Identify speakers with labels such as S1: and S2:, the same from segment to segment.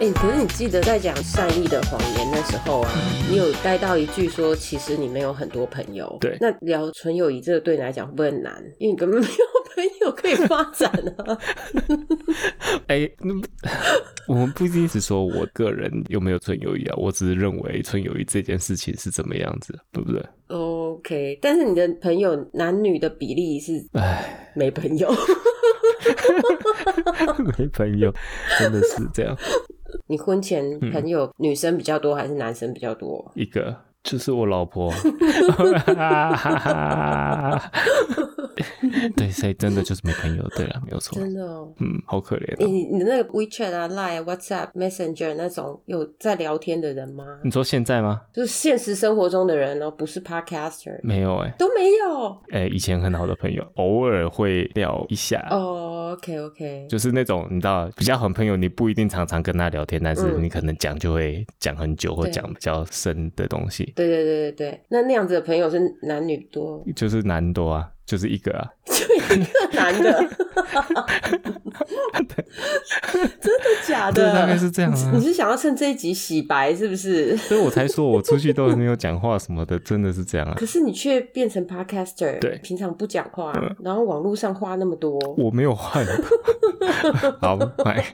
S1: 哎、可是你记得在讲善意的谎言那时候啊，你有带到一句说，其实你没有很多朋友。
S2: 对
S1: 那聊纯友谊这个对你来讲会不会很难？因为你根本没有朋友可以发展啊。
S2: 哎、那 不我们不一定是说我个人有没有纯友谊啊，我只是认为纯友谊这件事情是怎么样子，对不对？
S1: OK，但是你的朋友男女的比例是
S2: 哎，
S1: 没朋友，
S2: 没朋友，真的是这样。
S1: 你婚前朋友、女生比较多还是男生比较多？
S2: 一个就是我老婆， 对，所以真的就是没朋友。对了，没有错。
S1: 真的哦。
S2: 嗯，好可怜、
S1: 你
S2: 哦。
S1: 你的那个 WeChat 啊、Line 啊、WhatsApp、Messenger 那种有在聊天的人吗？
S2: 你说现在吗？
S1: 就是现实生活中的人哦，不是 Podcaster
S2: 没有哎、
S1: 都没有。
S2: 哎、以前很好的朋友，偶尔会聊一下。
S1: 哦，OK，OK、o k OK，
S2: 啊就是那种你知道比较好的朋友，你不一定常常跟他聊天，但是
S1: 嗯
S2: 你可能讲就会讲很久，或
S1: 对
S2: 讲比较深的东西，
S1: 对对对对对，那那样子的朋友是男女多，
S2: 就是难多啊，就是一个啊，
S1: 就一个男 的，真的假
S2: 对，
S1: 的？
S2: 大概是这样
S1: 你
S2: 啊。
S1: 是想要趁这一集洗白是不是？
S2: 所以我才说我出去都没有讲话什么的，真的是这样啊。
S1: 可是你却变成 podcaster，
S2: 对嗯
S1: 平常不讲话，然后网络上话那么多，
S2: 我没有换，好买，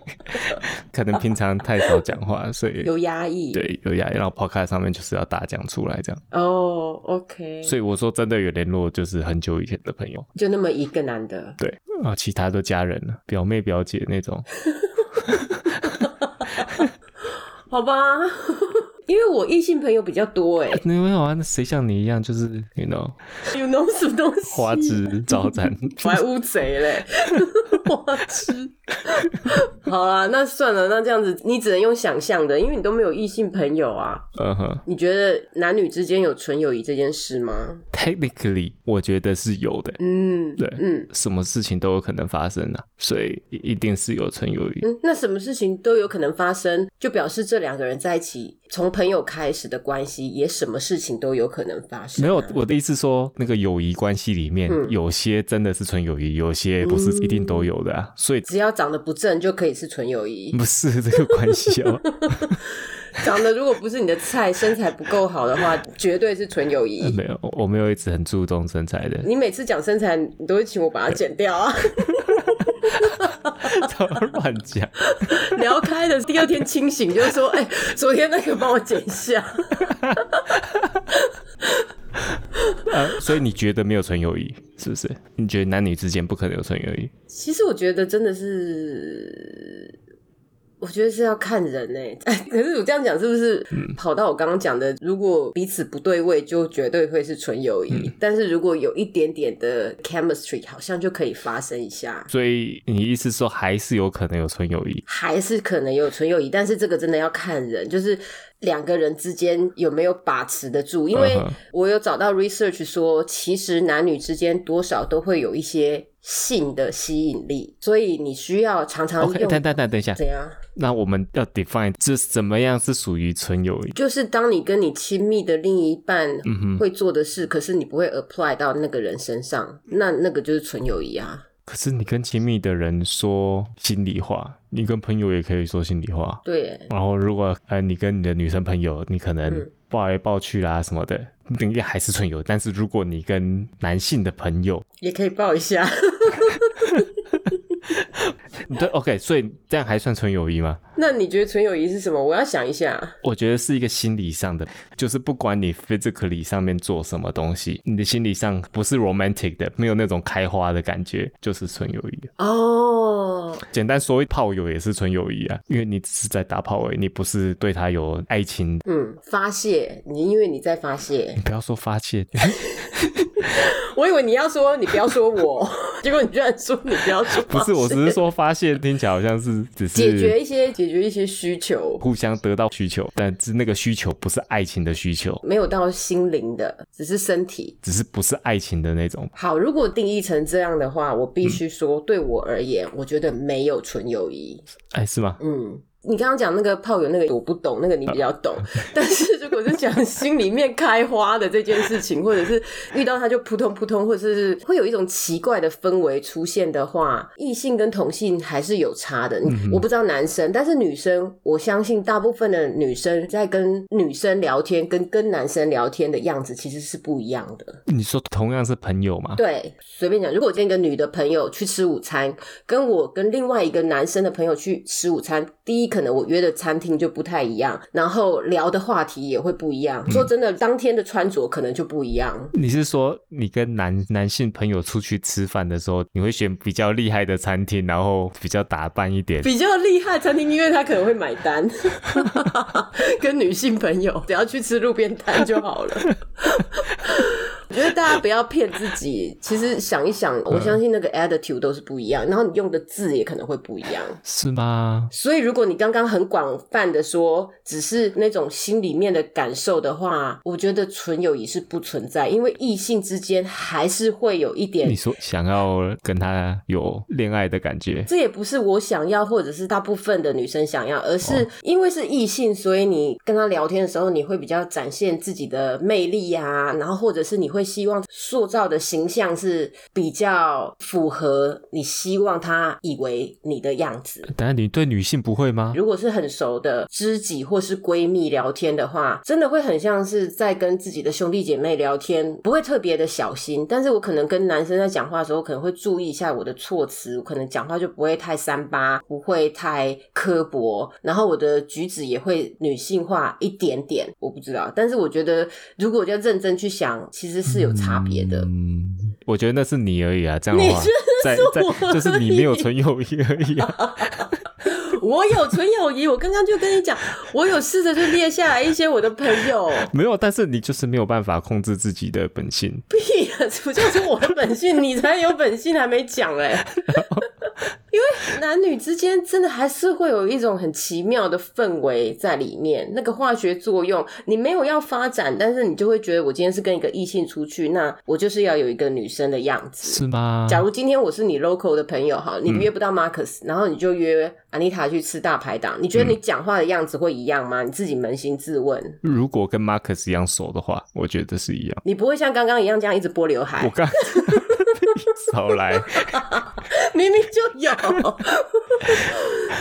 S2: 可能平常太少讲话，所以
S1: 有压抑。
S2: 对有压力。然后 podcast 上面就是要大讲出来这样，
S1: 哦，OK、o k
S2: 所以我说真的有联络，就是很久以前的朋友，
S1: 就那么一个男的，
S2: 对啊，其他的家人了，表妹表姐那种，
S1: 好吧？ 因为我异性朋友比较多哎、
S2: 你没有啊？那谁像你一样，就是 you know
S1: 啊有 you know 什么东西？
S2: 花枝招 展，
S1: 我还乌贼 嘞，花痴。好啦，那算了，那这样子你只能用想象的，因为你都没有异性朋友啊。
S2: 嗯哼
S1: 你觉得男女之间有纯友谊这件事吗？
S2: ，technically 我觉得是有的，
S1: 嗯，
S2: 对
S1: 嗯。
S2: 什么事情都有可能发生啊，所以一一定是有纯友谊。
S1: 嗯，那什么事情都有可能发生，就表示这两个人在一起，从朋友开始的关系，也什么事情都有可能发生、
S2: 没有，我的意思说，那个友谊关系里面，
S1: 嗯
S2: 有些真的是纯友谊，有些不是一定都有的
S1: 嗯
S2: 啊。所以
S1: 只要长得不正就可以是纯友谊，
S2: 不是这个关 系哦。
S1: 长得如果不是你的菜，身材不够好的话，绝对是纯友 谊。
S2: 没有，我没有一直很注重身材 的。
S1: 你每次讲身材，你都会请我把它剪掉啊。
S2: 乱讲，
S1: 聊开的第二天清醒，就是说，哎、昨天那个帮我剪一下。
S2: 呃，所以你觉得没有纯友谊，是不是？你觉得男女之间不可能有纯友谊？
S1: 其实我觉得真的是，我觉得是要看人呢、哎， 可是我这样讲是不是跑到我刚刚讲的？如果彼此不对位，就绝对会是纯友谊。但是如果有一点点的 chemistry，好像就可以发生一下。
S2: 所以你意思说还是有可能有纯友谊？
S1: 还是可能有纯友谊，但是这个真的要看人，就是两个人之间有没有把持得住。因为
S2: 嗯哼
S1: 我有找到 research 说，其实男女之间多少都会有一些性的吸引力，所以你需要常常
S2: OK，
S1: 用
S2: 等等等等一下，
S1: 怎样？
S2: 那我们要 define 这怎么样是属于纯友谊？
S1: 就是当你跟你亲密的另一半
S2: 嗯哼，
S1: 会做的事，可是你不会 apply 到那个人身上，那那个就是纯友谊啊。
S2: 可是你跟亲密的人说心里话，你跟朋友也可以说心里话。
S1: 对耶，
S2: 然后如果呃你跟你的女生朋友，你可能
S1: 嗯
S2: 抱来抱去啦什么的，应该还是纯友。但是如果你跟男性的朋友，
S1: 也可以抱一下。
S2: 对 OK，所以这样还算纯友谊吗？
S1: 那你觉得纯友谊是什么？我要想一下。
S2: 我觉得是一个心理上的，就是不管你 physically 上面做什么东西，你的心理上不是 romantic 的，没有那种开花的感觉，就是纯友谊。啊
S1: 哦、
S2: 简单说，炮友也是纯友谊啊，因为你只是在打炮而已，你不是对他有爱情。
S1: 嗯，发泄，你因为你在发泄
S2: 你，不要说发泄，
S1: 我以为你要说你不要说我， 结果你居然说你不要说，
S2: 不是，我只是说发泄听起来好像是只是
S1: 解决一些解决一些需求，
S2: 互相得到需求，但是那个需求不是爱情的需求，
S1: 没有到心灵的，只是身体。
S2: 只是不是爱情的那种。
S1: 好，如果定义成这样的
S2: 嗯
S1: 话，我必须说，对我而言，我觉得没有纯友谊。
S2: 哎，是吗？
S1: 嗯，你刚刚讲那个炮友那个我不懂，那个你比较懂。但是如果是讲心里面开花的这件事情，或者是遇到他就扑通扑通，或者是会有一种奇怪的氛围出现的话，异性跟同性还是有差的。你我不知道男生，但是女生，我相信大部分的女生在跟女生聊天，跟跟男生聊天的样子其实是不一样的。
S2: 你说同样是朋友嘛？
S1: 对，随便讲，如果我今天跟女的朋友去吃午餐，跟我跟另外一个男生的朋友去吃午餐，第一可能我约的餐厅就不太一样，然后聊的话题也会不一样。说真的，当天的穿着可能就不一样。
S2: 你是说你跟男男性朋友出去吃饭的时候，你会选比较厉害的餐厅，然后比较打扮一点？
S1: 比较厉害的餐厅，因为他可能会买 单。跟女性朋友，只要去吃路边摊就好了。我觉得大家不要骗自己，其实想一想，我相信那个 attitude 都是不一样，然后你用的字也可能会不一样。
S2: 是吗？
S1: 所以，如果你刚刚很广泛的说，只是那种心里面的感受的话，我觉得纯友谊是不存在，因为异性之间还是会有一点
S2: 你说想要跟他有恋爱的感觉，
S1: 这也不是我想要，或者是大部分的女生想要，而是因为是异性，所以你跟他聊天的时候，你会比较展现自己的魅力啊，然后或者是你会希望塑造的形象是比较符合你希望他以为你的样子。
S2: 但是你对女性不会吗？
S1: 如果是很熟的知己或是闺蜜聊天的话，真的会很像是在跟自己的兄弟姐妹聊天，不会特别的小心。但是我可能跟男生在讲话的时候，可能会注意一下我的措辞，我可能讲话就不会太三八，不会太刻薄，然后我的举止也会女性化一点点。我不知道，但是我觉得如果要认真去想，其实是有差别的。
S2: 嗯，我觉得那是你而已啊，这样的
S1: 你
S2: 话
S1: 觉，
S2: 在
S1: 是我
S2: 在就是你没有纯友谊而已啊。
S1: 我有纯友谊，我刚刚就跟你讲，我有试着去列下来一些我的朋友。
S2: 没有，但是你就是没有办法控制自己的本性。
S1: 屁啊！不就是我的本性？你才有本性，还没讲嘞。 因为男女之间真的还是会有一种很奇妙的氛围在里面，那个化学作用，你没有要发展，但是你就会觉得我今天是跟一个异性出去，那我就是要有一个女生的样子。
S2: 是吗？
S1: 假如今天我是你 local 的朋友哈，你
S2: 嗯
S1: 约不到 Marcus，、然后你就约 Anita 去吃大排档，你
S2: 嗯
S1: 觉得你讲话的样子会一样吗？你自己扪心自问，
S2: 如果跟 Marcus 一样熟的话，我觉得是一样。
S1: 你不会像刚刚一样这样一直拨刘海
S2: 我，刚 少来，
S1: 明明就 有，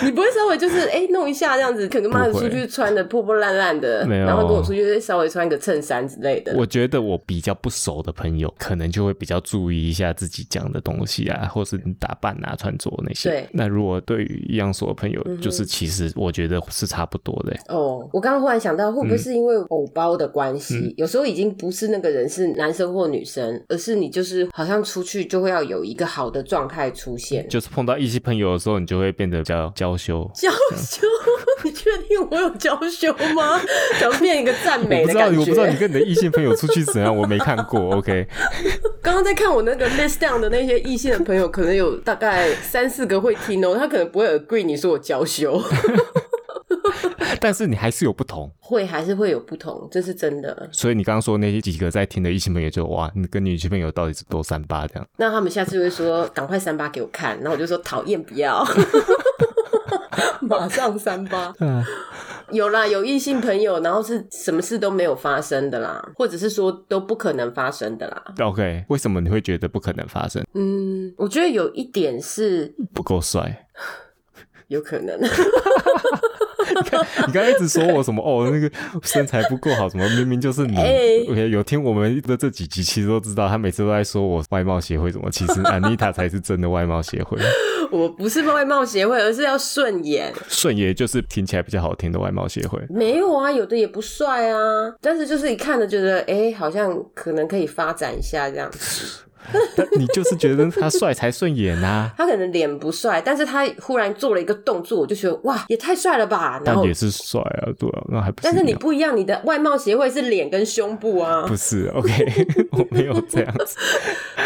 S1: 你不会稍微就是哎、弄一下这样子，可能妈的
S2: 不
S1: 出
S2: 会
S1: 去穿的破破烂烂的，
S2: 没有
S1: 然后跟我出去就稍微穿个衬衫之类的。
S2: 我觉得我比较不熟的朋友，可能就会比较注意一下自己讲的东西啊，或是你打扮啊、穿着那些。
S1: 嗯对嗯
S2: 那如果对于一样熟的朋友，就是其实我觉得是差不多的欸、
S1: 哦，我刚刚忽然想到，会不
S2: 嗯
S1: 会是因为偶包的关系？有时候已经不是那个人是男生或女生，而是你就是好像出去就会要有一个好的状态出现。
S2: 就是碰到异性朋友的时候，你就会变得比较娇羞。
S1: 娇羞？你确定我有娇羞 吗？怎么变一个赞
S2: 我
S1: 美
S2: 不
S1: 的
S2: 知道，
S1: 感
S2: 我
S1: 觉？
S2: 不知道你跟你的异性朋友出去怎样，我没看 过。OK，
S1: 刚刚在看我那个 list down 的那些异性的朋友，可能有大概三四个会听哦，他可能不会 agree 你说我娇羞，
S2: 但是你还是有不同，
S1: 会还是会有不同，这是真的。
S2: 所以你刚刚说那些几个在听的异性朋友就哇，你跟女性朋友到底是多三八这样？
S1: 那他们下次会说赶快三八给我看，然后我就说讨厌不要， 马上三八。
S2: 嗯，
S1: 有啦，有异性朋友，然后是什么事都没有发生的啦，或者是说都不可能发生的啦。
S2: OK，为什么你会觉得不可能发生？
S1: 嗯，我觉得有一点是
S2: 不够帅。
S1: 有可能。
S2: 你刚才一直说我什么哦，那个身材不够好，什么明明就是你。
S1: 哎
S2: OK，有听我们的这几集，其实都知道，他每次都在说我外貌协会什么，其实 Anita 才是真的外貌协 会。
S1: 我不是外貌协会，而是要顺眼。
S2: 顺爷就是听起来比较好听的外貌协会。
S1: 没有啊，有的也不帅啊，但是就是一看着觉得，哎、好像可能可以发展一下这样。
S2: 但你就是觉得他帅才顺眼 啊，
S1: 他可能脸不帅，但是他忽然做了一个动作，我就觉得哇，也太帅了吧。然
S2: 但
S1: 后，
S2: 也是帅啊，对啊，那还不是一
S1: 但
S2: 样？
S1: 是你不一样，你的外貌协会是脸跟胸部啊。
S2: 不是 OK，我 没有这样子。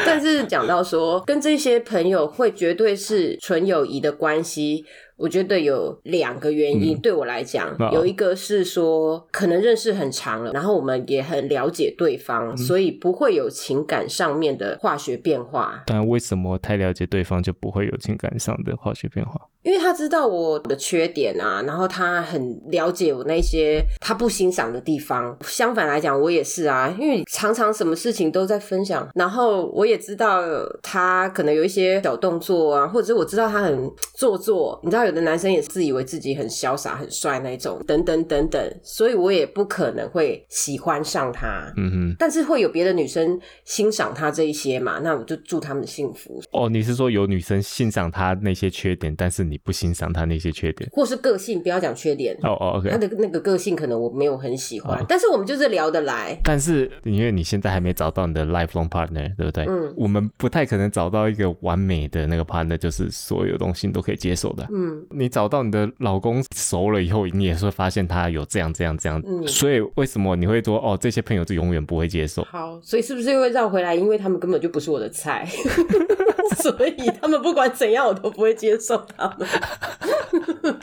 S1: 但是讲到说，跟这些朋友会绝对是纯友谊的关系。我觉得有两个原因，对我来讲，
S2: 啊
S1: 有一个是说可能认识很长了，然后我们也很了解对方，所以不会有情感上面的化学变化，
S2: 但为什么太了解对方就不会有情感上的化学变化？
S1: 因为他知道我的缺点啊，然后他很了解我那些他不欣赏的地方。相反来讲，我也是啊，因为常常什么事情都在分享，然后我也知道他可能有一些小动作啊，或者是我知道他很做作。你知道，有的男生也自以为自己很潇洒、很帅那种，等等等等，所以我也不可能会喜欢上他。
S2: 嗯
S1: 但是会有别的女生欣赏他这一些嘛？那我就祝他们幸福，
S2: 哼，哦，你是说有女生欣赏他那些缺点，但是你不欣赏他那些缺点？
S1: 或是个性，不要讲缺点。
S2: 哦哦
S1: 他
S2: ，OK。
S1: 的那个个性可能我没有很喜欢，
S2: 哦
S1: 但是我们就是聊得来。
S2: 但是因为你现在还没找到你的 lifelong partner，对不对？
S1: 嗯
S2: 我们不太可能找到一个完美的那个 partner，就是所有东西你都可以接受的。
S1: 嗯，
S2: 你找到你的老公熟了以后，你也是会发现他有这样这样这样。
S1: 嗯
S2: 所以为什么你会说哦，这些朋友就永远不会接受？
S1: 好，所以是不是又会绕回来？因为他们根本就不是我的菜， 所以他们不管怎样我都不会接受他们。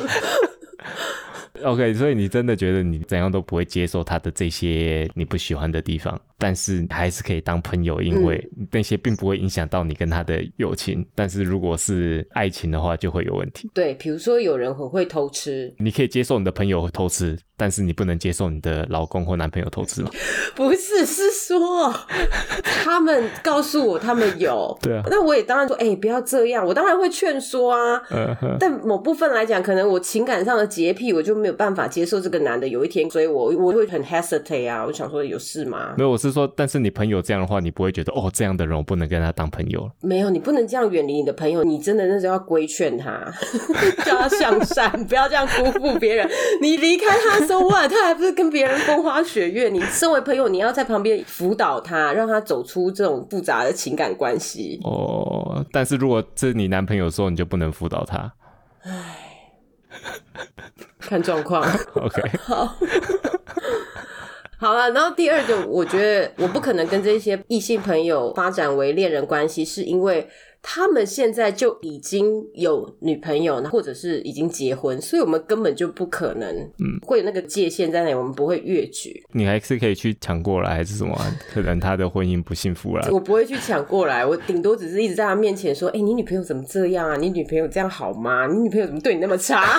S2: OK，所以你真的觉得你怎样都不会接受他的这些你不喜欢的地方，但是还是可以当朋友，因为
S1: 嗯
S2: 那些并不会影响到你跟他的友情。但是如果是爱情的话，就会有问题。
S1: 对，比如说有人很会偷吃，
S2: 你可以接受你的朋友偷吃，但是你不能接受你的老公或男朋友偷 吃嘛？
S1: 不是是 说他们告诉我他们有，
S2: 对啊，
S1: 那我也当然说，哎、不要这样，我当然会劝说啊。
S2: 呃呵
S1: 但某部分来讲，可能我情感上的洁癖，我就没有办法接受这个男的有一天追我，我会很 hesitate 啊。我想说，有事吗？
S2: 没有，我是说，但是你朋友这样的话，你不会觉得哦，这样的人我不能跟他当朋友了。
S1: 没有，你不能这样远离你的朋友，你真的那时候要规劝他， 叫他向善，不要这样辜负别人。你离开他 so what？他还不是跟别人风花雪月？你身为朋友，你要在旁边辅导他，让他走出这种复杂的情感关系。
S2: 哦，但是如果是你男朋友的时候，你就不能辅导 他。
S1: 看状况。
S2: OK，
S1: 好了，然后第二个，我觉得我不可能跟这些异性朋友发展为恋人关系，是因为他们现在就已经有女朋友，或者是已经结婚，所以我们根本就不可能，嗯，会有那个界限在那里，我们不会越矩，
S2: 你还是可以去抢过来，还是什么啊？可能他的婚姻不幸福 啦。
S1: 我不会去抢过来，我顶多只是一直在他面前说，哎、你女朋友怎么这样啊？你女朋友这样好吗？你女朋友怎么对你那么差？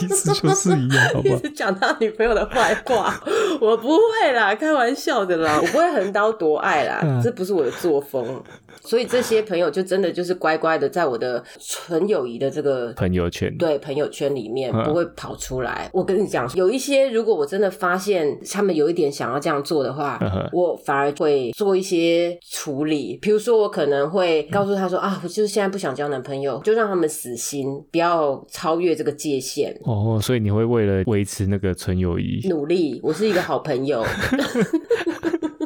S2: 意思就是一样，好不
S1: 一
S2: 好？
S1: 直讲他女朋友的坏话， 我不会啦，开玩笑的啦，我不会横刀夺爱 啦，
S2: 嗯
S1: 这不是我的作风。所以这些朋友就真的就是乖乖的在我的纯友谊的这个。
S2: 朋友圈，
S1: 对朋友圈里面
S2: 嗯
S1: 不会跑出来。我跟你讲，有一些如果我真的发现他们有一点想要这样做的话
S2: 嗯哼，
S1: 我反而会做一些处理。比如说，我可能会告诉他说啊，我就是现在不想交男朋友，就让他们死心，不要超越这个界限。
S2: 哦，所以你会为了维持那个纯友谊，
S1: 努力，我是一个好朋友。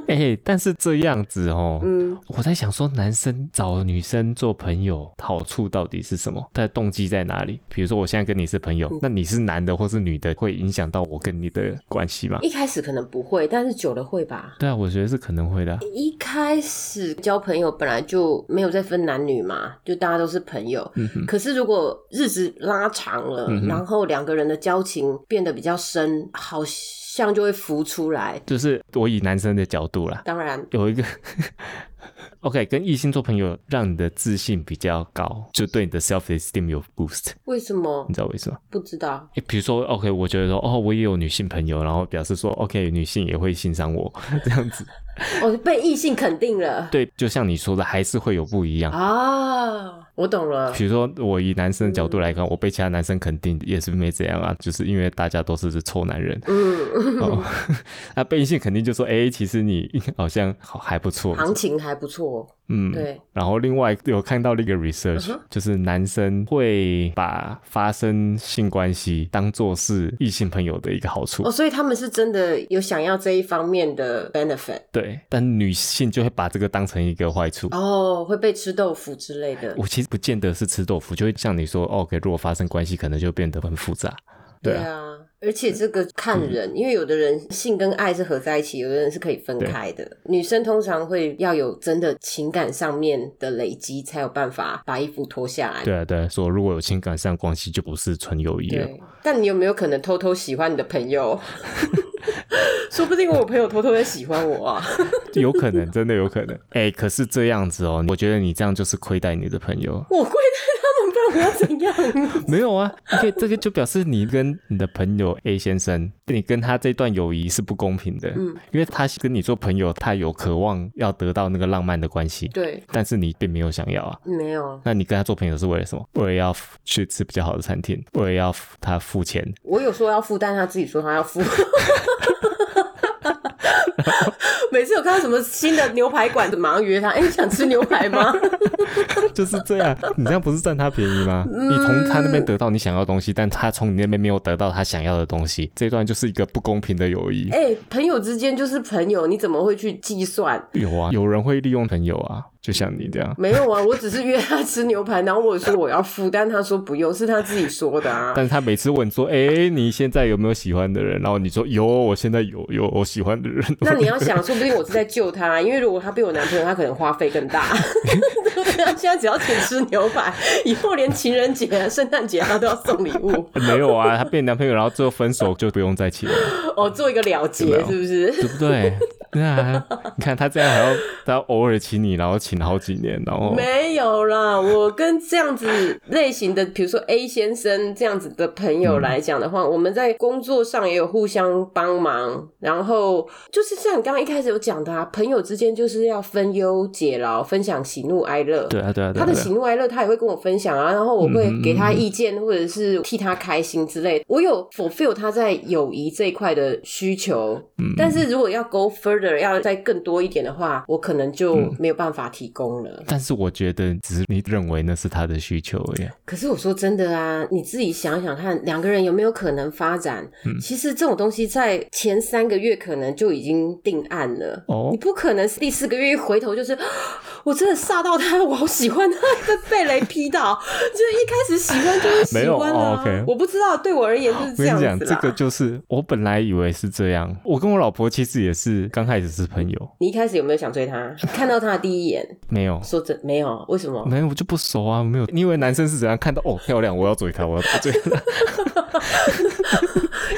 S2: 哎、但是这样子哦，
S1: 嗯，
S2: 我在想说，男生找女生做朋友好处到底是什么？他的动机在哪里？比如说，我现在跟你是朋友，那你是男的或是女的，会影响到我跟你的关系吗？
S1: 一开始可能不会，但是久了会吧。
S2: 对啊，我觉得是可能会的啊。
S1: 一开始交朋友本来就没有再分男女嘛，就大家都是朋友。可是如果日子拉长了，
S2: 嗯哼
S1: 然后两个人的交情变得比较深，好像就会浮出来。
S2: 就是我以男生的角度啦，
S1: 当然，
S2: 有一个 OK，跟异性做朋友，让你的自信比较高，就对你的 self esteem 有 boost，
S1: 为什么
S2: 你知道为什么？
S1: 不知道？
S2: 诶比如说 OK，我觉得说哦，我也有女性朋友，然后表示说 OK，女性也会欣赏我 这样子。
S1: 我、哦、被异性肯定了
S2: 对，就像你说的，还是会有不一样。
S1: 啊！我懂了。
S2: 比如说，我以男生的角度来看，我被其他男生肯定也是没怎样啊，就是因为大家都是臭男人。嗯，哦， 那被异性肯定就说，哎、其实你 好像好还不错。
S1: 行情还不错，
S2: 嗯，
S1: 对。嗯
S2: 然后另外有看到了一个 research，、就是男生会把发生性关系当做是异性朋友的一个好处，
S1: 哦，所以他们是真的有想要这一方面的 benefit。
S2: 对，但女性就会把这个当成一个坏处。
S1: 哦，会被吃豆腐之类的。
S2: 我其实不见得是吃豆腐，就会像你说，哦，OK，如果发生关系，可能就变得很复杂。
S1: 对
S2: 啊，嗯
S1: 啊，而且这个看人，因为有的人性跟爱是合在一起，有的人是可以分开的。女生通常会要有真的情感上面的累积，才有办法把衣服脱下来。
S2: 对啊，对啊，说如果有情感上关系，就不是纯友谊了。
S1: 对，但你有没有可能偷偷喜欢你的朋友？ 说不定我朋友偷偷在喜欢我啊！
S2: 有可能，真的有可能。哎、可是这样子哦，我觉得你这样就是亏待你的朋友。
S1: 我亏待他们，不然我要怎样？
S2: 没有啊，因为这个就表示你跟你的朋友 A 先生，你跟他这段友谊是不公平的。嗯，因为他跟你做朋友，他有渴望要得到那个浪漫的关系，
S1: 对，
S2: 但是你并没有想要啊。
S1: 没有，
S2: 那你跟他做朋友是为了什么？为了要去吃比较好的餐厅，为了要他付钱，
S1: 我有说要付，但他自己说他要付。 每次有看到什么新的牛排馆，马上约他。哎、你想吃牛排吗？
S2: 就是这样。你这样不是占他便宜吗？
S1: 嗯
S2: 你从他那边得到你想要的东西，但他从你那边没有得到他想要的东西，这段就是一个不公平的友谊。
S1: 哎、朋友之间就是朋友，你怎么会去计算？
S2: 有啊，有人会利用朋友啊，就像你这样。
S1: 没有啊，我只是约他吃牛排，然后我说我要付，但他说不用，是他自己说的啊。
S2: 但是他每次问说：“哎、你现在有没有喜欢的人？”然后你说：“有，我现在有有我喜欢的人。”
S1: 那你要想，说不定我是在救他，因为如果他被我男朋友，他可能花费更大。 对不对？他现在只要请吃牛排，以后连情人节、啊、圣诞节他都要送礼物，
S2: 没 有啊，他变男朋友，然后最后分手就不用在一起了，
S1: 哦，做一个了结，是不是？
S2: 对不对？对啊，你看他这样还要他偶尔请你，然后请好几年，然后
S1: 没有啦，我跟这样子类型的，比如说 A 先生这样子的朋友来讲的话，我们在工作上也有互相帮忙，然后就是像你刚刚一开始有讲的啊，朋友之间就是要分忧解劳，分享喜怒哀乐。
S2: 对啊对啊对
S1: 他
S2: 啊
S1: 的
S2: 对啊
S1: 喜怒哀乐，他也会跟我分享啊，然后我会给他意见，或者是替他开心之类的。我有 fulfill 他在友谊这一块的需求，
S2: 嗯
S1: 但是如果要 go further，要再更多一点的话，我可能就
S2: 嗯
S1: 没有办法提供了。
S2: 但是我觉得只是你认为那是他的需求而已啊。
S1: 可是我说真的啊，你自己想想看，两个人有没有可能发展？
S2: 嗯
S1: 其实这种东西在前三个月可能就已经定案了。
S2: 哦
S1: 你不可能第四个月一回头就是， 啊我真的吓到他，我好喜欢他，被被雷劈到，就是一开始喜欢就是
S2: 没
S1: 喜
S2: 有
S1: 欢啊
S2: 哦，OK
S1: 我不知道，对我而言就是
S2: 我
S1: 这
S2: 跟
S1: 样
S2: 你
S1: 子
S2: 讲，
S1: 啦。
S2: 这个就是我本来以为是这样，我跟我老婆其实也是刚开始是朋友，
S1: 你一开始有没有想追他？看到他的第一眼，
S2: 没有。
S1: 说真没 有，为什么？
S2: 没有，我就不熟啊，没有。你以为男生是怎样看到哦漂亮，我要追她，我要追 她？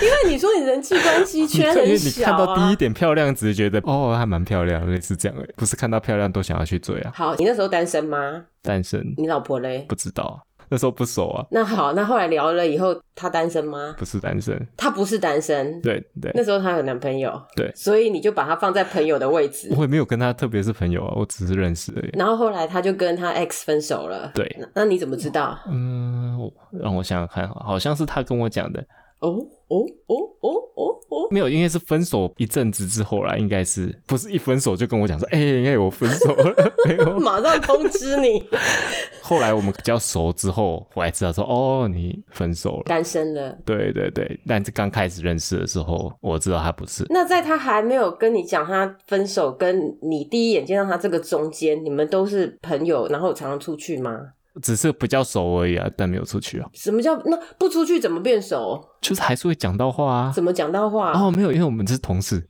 S1: 因为你说你人际关系圈
S2: 因为
S1: 很
S2: 你
S1: 小
S2: 看到第
S1: 啊
S2: 一。点漂亮，只是觉得哦还蛮漂亮，类似这样而已，不是看到漂亮都想要去追啊。
S1: 好，你那时候单身吗？
S2: 单身
S1: 你老婆嘞？
S2: 不知道啊，那时候不熟啊，
S1: 那好，那后来聊了以后，她单身吗？
S2: 不是单身。
S1: 她不是单身，
S2: 对对，
S1: 那时候她有男朋友，
S2: 对
S1: 所以你就把她放在朋友的位置。
S2: 我也没有跟他特别是朋友啊，我只是认识而已。
S1: 然后后来她就跟她 ex 分手了，
S2: 对
S1: 那，那你怎么知道？
S2: 嗯，我让我想想看，啊好像是他跟我讲的，
S1: 哦哦哦哦哦哦，
S2: 没有，应该是分手一阵子之后啦，应该是不是一分手就跟我讲说，哎、应该我分手了，没有。
S1: 马上通知你
S2: 后来我们比较熟之后，我才知道说，哦，你分手了。
S1: 单身了。
S2: 对对对，但是刚开始认识的时候，我知道他不是。
S1: 那在她还没有跟你讲她分手，跟你第一眼见到她这个中间，你们都是朋友，然后常常出去吗？
S2: 只是比较熟而已啊，但没有出去啊，
S1: 什么叫那不出去怎么变熟？
S2: 就是还是会讲到话啊。
S1: 怎么讲到话？
S2: 哦，没有，因为我们是同事。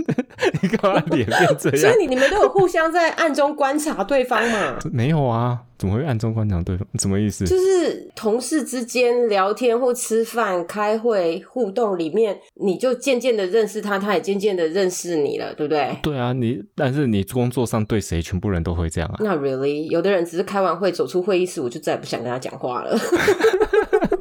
S2: 你干嘛脸变这
S1: 所
S2: 样？
S1: 以你你们都有互相在暗中观察对方嘛？
S2: 没有啊，怎么会暗中观察对方？什么意思？
S1: 就是同事之间聊天或吃饭、开会互动里面，你就渐渐的认识他，他也渐渐的认识你了，对不对？
S2: 对啊，你但是你工作上对谁，全部人都会这样啊。
S1: 那 really，有的人只是开完会走出会议室，我就再也不想跟他讲话了。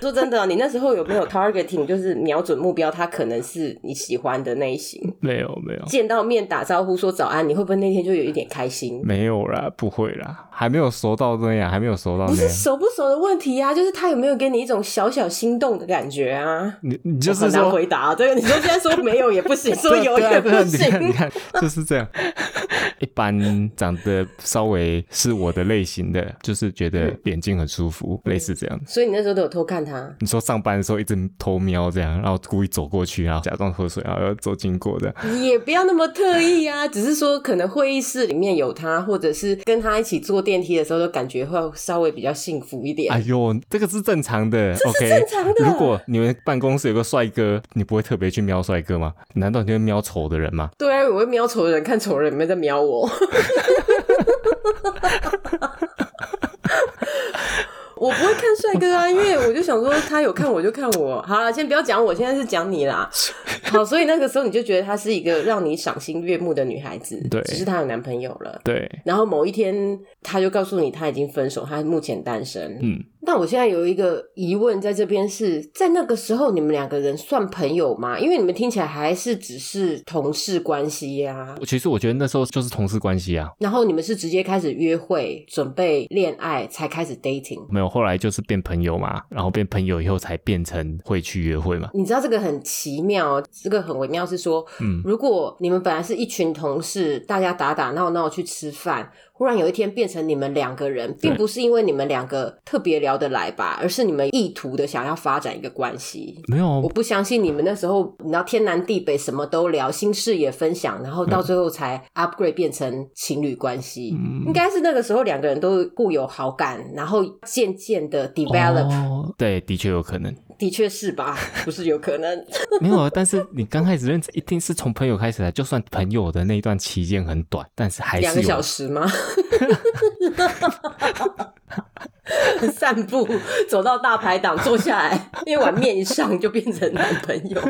S1: 说真的，哦你那时候有没有 targeting，就是瞄准目标，他可能是你喜欢的类型？
S2: 没有没有
S1: 见到面打招呼说早安，你会不会那天就有一点开心？
S2: 没有啦，不会啦，还没有熟到那样，还没有熟到
S1: 不
S2: 那
S1: 是
S2: 样。
S1: 熟不熟的问题啊，就是他有没有给你一种小小心动的感觉啊？
S2: 你你就是
S1: 我很难
S2: 说，
S1: 回 答、这个，你说现在说没有也不行，说
S2: 对啊
S1: 有
S2: 对啊
S1: 也不
S2: 对啊你看
S1: 行。
S2: 你看，就是这样。哎、一般长得稍微是我的类型的，就是觉得眼睛很舒服，
S1: 嗯
S2: 类似这样子。
S1: 所以你那时候都有偷看他，
S2: 你说上班的时候一直偷瞄这样，然后故意走过去，然后假装喝水，然后要走经过的。
S1: 你也不要那么特意啊，只是说可能会议室里面有他，或者是跟他一起坐电梯的时候，都感觉会稍微比较幸福一点。
S2: 哎呦，这个是正常的，OK，
S1: 正常的
S2: 如果你们办公室有个帅哥，你不会特别去瞄帅哥吗？难道你会瞄丑的人吗？
S1: 对啊，我会瞄丑人，看丑人有没有在瞄我。 我不会看帅哥啊，因为我就想说他有看我就看我。好了，先不要讲我，现在是讲你啦。好，所以那个时候你就觉得她是一个让你赏心悦目的女孩子，
S2: 对
S1: 只是她有男朋友了。
S2: 对，
S1: 然后某一天，她就告诉你她已经分手，她目前单身。
S2: 嗯，
S1: 那我现在有一个疑问在这边是，在那个时候你们两个人算朋友吗？因为你们听起来还是只是同事关系呀、
S2: 其实我觉得那时候就是同事关系啊，
S1: 然后你们是直接开始约会，准备恋爱，才开始 dating。
S2: 没有，后来就是变朋友嘛，然后变朋友以后才变成会去约会嘛。
S1: 你知道这个很奇妙哦，这个很微妙，是说，
S2: 嗯
S1: 如果你们本来是一群同事，大家打打闹闹去吃饭，忽然有一天变成你们两个人，并不是因为你们两个特别聊得来吧，而是你们意图的想要发展一个关系。
S2: 没有
S1: 我
S2: 啊，
S1: 不相信你们那时候，你知道天南地北什么都聊，心事也分享，然后到最后才 upgrade 变成情侣关系。
S2: 嗯
S1: 应该是那个时候两个人都互有好感，然后渐渐的 develop，、
S2: 哦，对，的确有可能。
S1: 的确是吧？ 不是有可能？
S2: 没有啊， 但是你刚开始认识一定是从朋友开始的，就算朋友的那一段期间很短，但是还
S1: 两个
S2: 是
S1: 小
S2: 有。
S1: 时吗？ 散步走到大排档坐下来，一碗面一上就变成男朋友。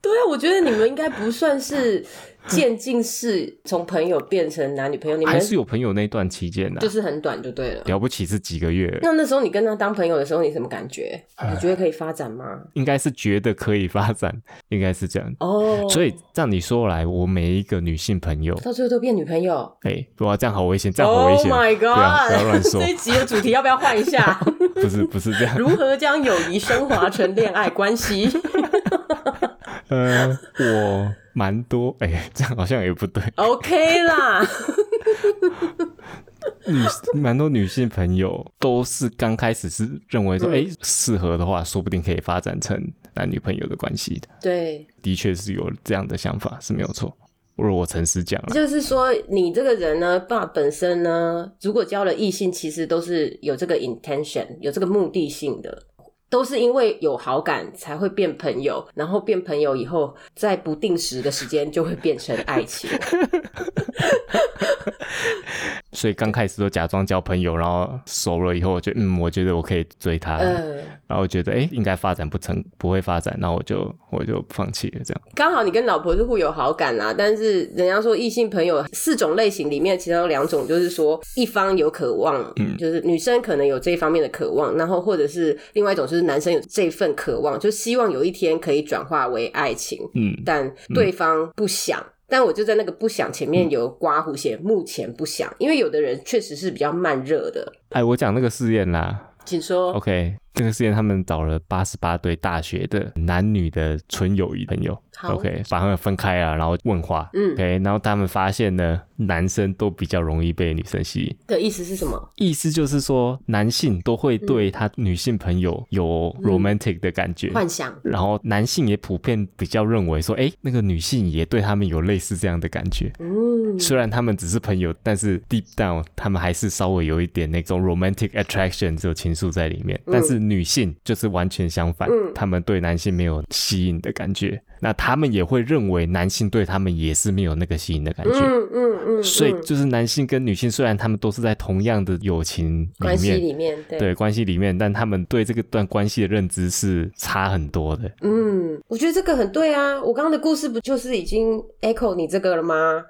S1: 对啊，我觉得你们应该不算是渐进式，从朋友变成男女朋友，你
S2: 还
S1: 们
S2: 是有朋啊友那段期间的、
S1: 就是很短就对了。
S2: 了不起是几个月，
S1: 那那时候你跟他当朋友的时候，你什么感觉？
S2: 呃
S1: 你觉得可以发展吗？
S2: 应该是觉得可以发展， 应该是这样。
S1: 哦，
S2: 所以这样你说来，我每一个女性朋友，
S1: 到最后都变女朋友。
S2: 哎、哇，这样好危险，这样好危
S1: Oh
S2: 险啊
S1: my
S2: 不要不要乱
S1: god！
S2: 说
S1: 这，一集的主题要不要换一 下？
S2: 不是不是这样。
S1: 如何将友谊升华成恋爱关系？
S2: 呃，我蛮多， 哎、这样好像也不对。
S1: OK 啦，
S2: 女蛮多女性朋友都是刚开始是认为说，
S1: 嗯
S2: 哎、适合的话，说不定可以发展成男女朋友的关系的。
S1: 对，
S2: 的确是有这样的想法是没有错。如果我诚实讲了，
S1: 就是说你这个人呢，爸本身呢，如果交了异性，其实都是有这个 intention，有这个目的性的，都是因为有好感才会变朋友，然后变朋友以后，在不定时的时间就会变成爱情。
S2: 所以刚开始都假装交朋友，然后熟了以后，我就嗯，我觉得我可以追她，
S1: 嗯，
S2: 然后觉得哎、诶应该发展不成，不会发展，那我就我就放弃了这样。
S1: 刚好你跟老婆是互有好感啦，但是人家说异性朋友四种类型里面，其中有两种就是说一方有渴望，
S2: 嗯
S1: 就是女生可能有这一方面的渴望，然后或者是另外一种就是男生有这份渴望，就希望有一天可以转化为爱情，
S2: 嗯，
S1: 但对方不想。但我就在那个不想前面有刮胡写，目前不想，因为有的人确实是比较慢热的，
S2: 哎，我讲那个试验啦，
S1: 请说。
S2: OK，这个试验他们找了八十八对大学的男女的纯友谊朋友
S1: 好
S2: ，OK，把他们分开啊，然后问话，
S1: 嗯
S2: ，OK，然后他们发现呢，男生都比较容易被女生吸引，
S1: 的意思是什么？
S2: 意思就是说，男性都会对他女性朋友有 romantic 的感觉。
S1: 幻想。
S2: 然后男性也普遍比较认为说，哎，那个女性也对他们有类似这样的感觉。
S1: 嗯，
S2: 虽然他们只是朋友，但是 deep down 他们还是稍微有一点那种 romantic attraction 这种情愫在里面。但是女性就是完全相反，
S1: 嗯
S2: 他们对男性没有吸引的感觉，那他们也会认为男性对他们也是没有那个吸引的感觉。
S1: 嗯嗯嗯，
S2: 所以
S1: 嗯
S2: 就是男性跟女性，虽然他们都是在同样的友情
S1: 关
S2: 里
S1: 系
S2: 面。
S1: 里面，对
S2: 对关系里面，但他们对这个段关系的认知是差很多的。
S1: 嗯，我觉得这个很对啊。我刚刚的故事不就是已经 echo 你这个了吗？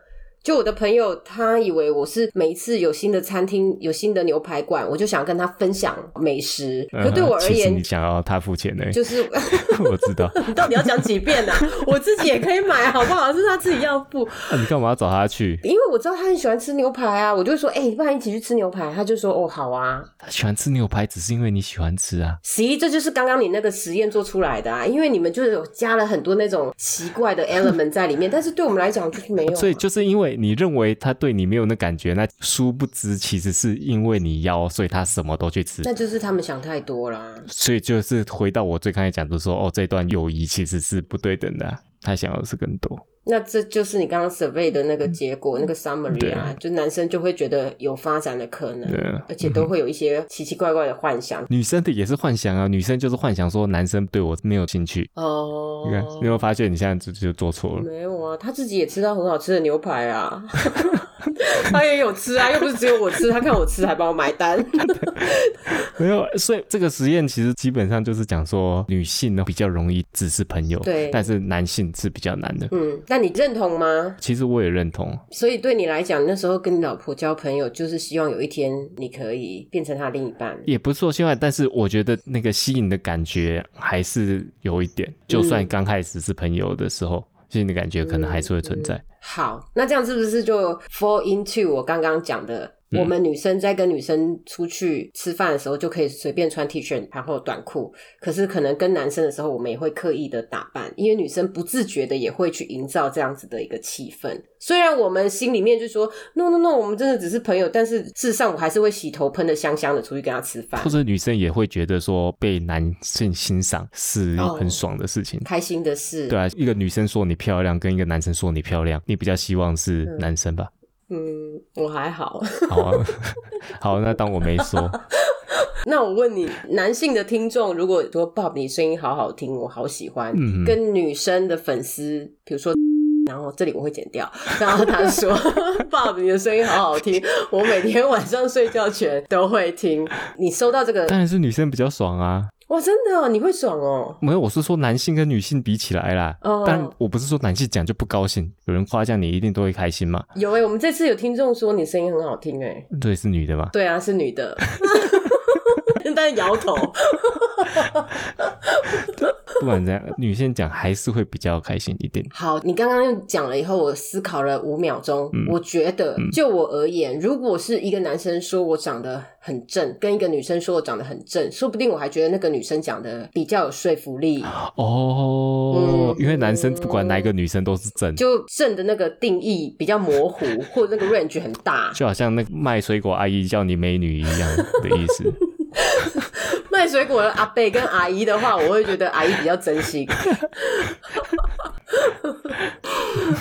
S1: 就我的朋友，他以为我是每一次有新的餐厅、有新的牛排馆，我就想跟他分享美食。可对我而
S2: 嗯呃其实
S1: 言
S2: 你，想要他付钱呢、
S1: 就是
S2: 我知道。啊
S1: 你到底要讲几遍 啊？我自己也可以买，好不好？是他自己要付，
S2: 那、你干嘛要找他去？
S1: 因为我知道他很喜欢吃牛排啊。我就会说，哎、你不然一起去吃牛排？他就说，哦，好啊。
S2: 他喜欢吃牛排，只是因为你喜欢吃啊。
S1: 其实这就是刚刚你那个实验做出来的啊，因为你们就是有加了很多那种奇怪的 element 在里面，但是对我们来讲就是没有啊、
S2: 所以就是因为为你认为他对你没有那感觉，那殊不知其实是因为你要，所以他什么都去吃。
S1: 那就是他们想太多啦。
S2: 所以就是回到我最刚才讲的说，哦，这段友谊其实是不对等的啊、他想要的是更多。
S1: 那这就是你刚刚 survey 的那个
S2: 嗯
S1: 结果，那个 summary 啊，就男生就会觉得有发展的可能，
S2: 对啊
S1: 而且都会有一些奇奇怪怪的幻想。
S2: 女生的也是幻想啊，女生就是幻想说男生对我没有兴趣。
S1: 哦，
S2: 你看，你有没有发现你现在就就做错了？
S1: 没有啊，他自己也吃到很好吃的牛排啊， 他也有吃啊，又不是只有我吃，他看我吃还帮我买单。
S2: 没有，所以这个实验其实基本上就是讲说，女性呢比较容易只是朋友，
S1: 对
S2: 但是男性是比较难的。
S1: 嗯，那你认同吗？
S2: 其实我也认同，
S1: 所以对你来讲，那时候跟你老婆交朋友，就是希望有一天你可以变成她另一半。
S2: 也不是说现在，但是我觉得那个吸引的感觉还是有一点，就算刚开始是朋友的时候，吸引的感觉可能还是会存在。
S1: 好，那这样是不是就 fall into 我刚刚讲的？
S2: 嗯
S1: 我们女生在跟女生出去吃饭的时候，就可以随便穿 T 恤，然后短裤。可是可能跟男生的时候，我们也会刻意的打扮，因为女生不自觉的也会去营造这样子的一个气氛。虽然我们心里面就说 no no no，我们真的只是朋友，但是事实上我还是会洗头喷的香香的出去跟他吃饭
S2: 或，者女生也会觉得说被男性欣赏是很爽的事情，
S1: 开心的事。
S2: 对啊，一个女生说你漂亮，跟一个男生说你漂亮，你比较希望是男生吧？
S1: 嗯，我还好。
S2: 好 啊，好，那当我没说。
S1: 那我问你，男性的听众如果说 Bob 你声音好好听，我好喜欢，跟女生的粉丝，比如说。然后这里我会剪掉。然后他说：“Bob，你的声音好好听，我每天晚上睡觉前都会听。你收到这个，
S2: 当然是女生比较爽啊。
S1: 哇，真的、哦，你会爽哦。
S2: 没有，我是说男性跟女性比起来啦。
S1: 哦
S2: 但我不是说男性讲就不高兴，有人夸奖你一定都会开心嘛。
S1: 有哎、我们这次有听众说你声音很好听哎、
S2: 对，是女的嘛？
S1: 对啊，是女的， 但摇头。
S2: 不管怎样，女性讲还是会比较开心一点。
S1: 好，你刚刚又讲了以后，我思考了五秒钟。我觉得，就我而言，如果是一个男生说我长得很正，跟一个女生说我长得很正，说不定我还觉得那个女生讲的比较有说服力。
S2: 哦，
S1: 嗯
S2: 因为男生不管哪一个女生都是正，就
S1: 就正的那个定义比较模糊，或者那个 range 很大。
S2: 好像那个卖水果阿姨叫你美女一样的意思。
S1: 卖水果的阿贝跟阿姨的话，我会觉得阿姨比较真 心。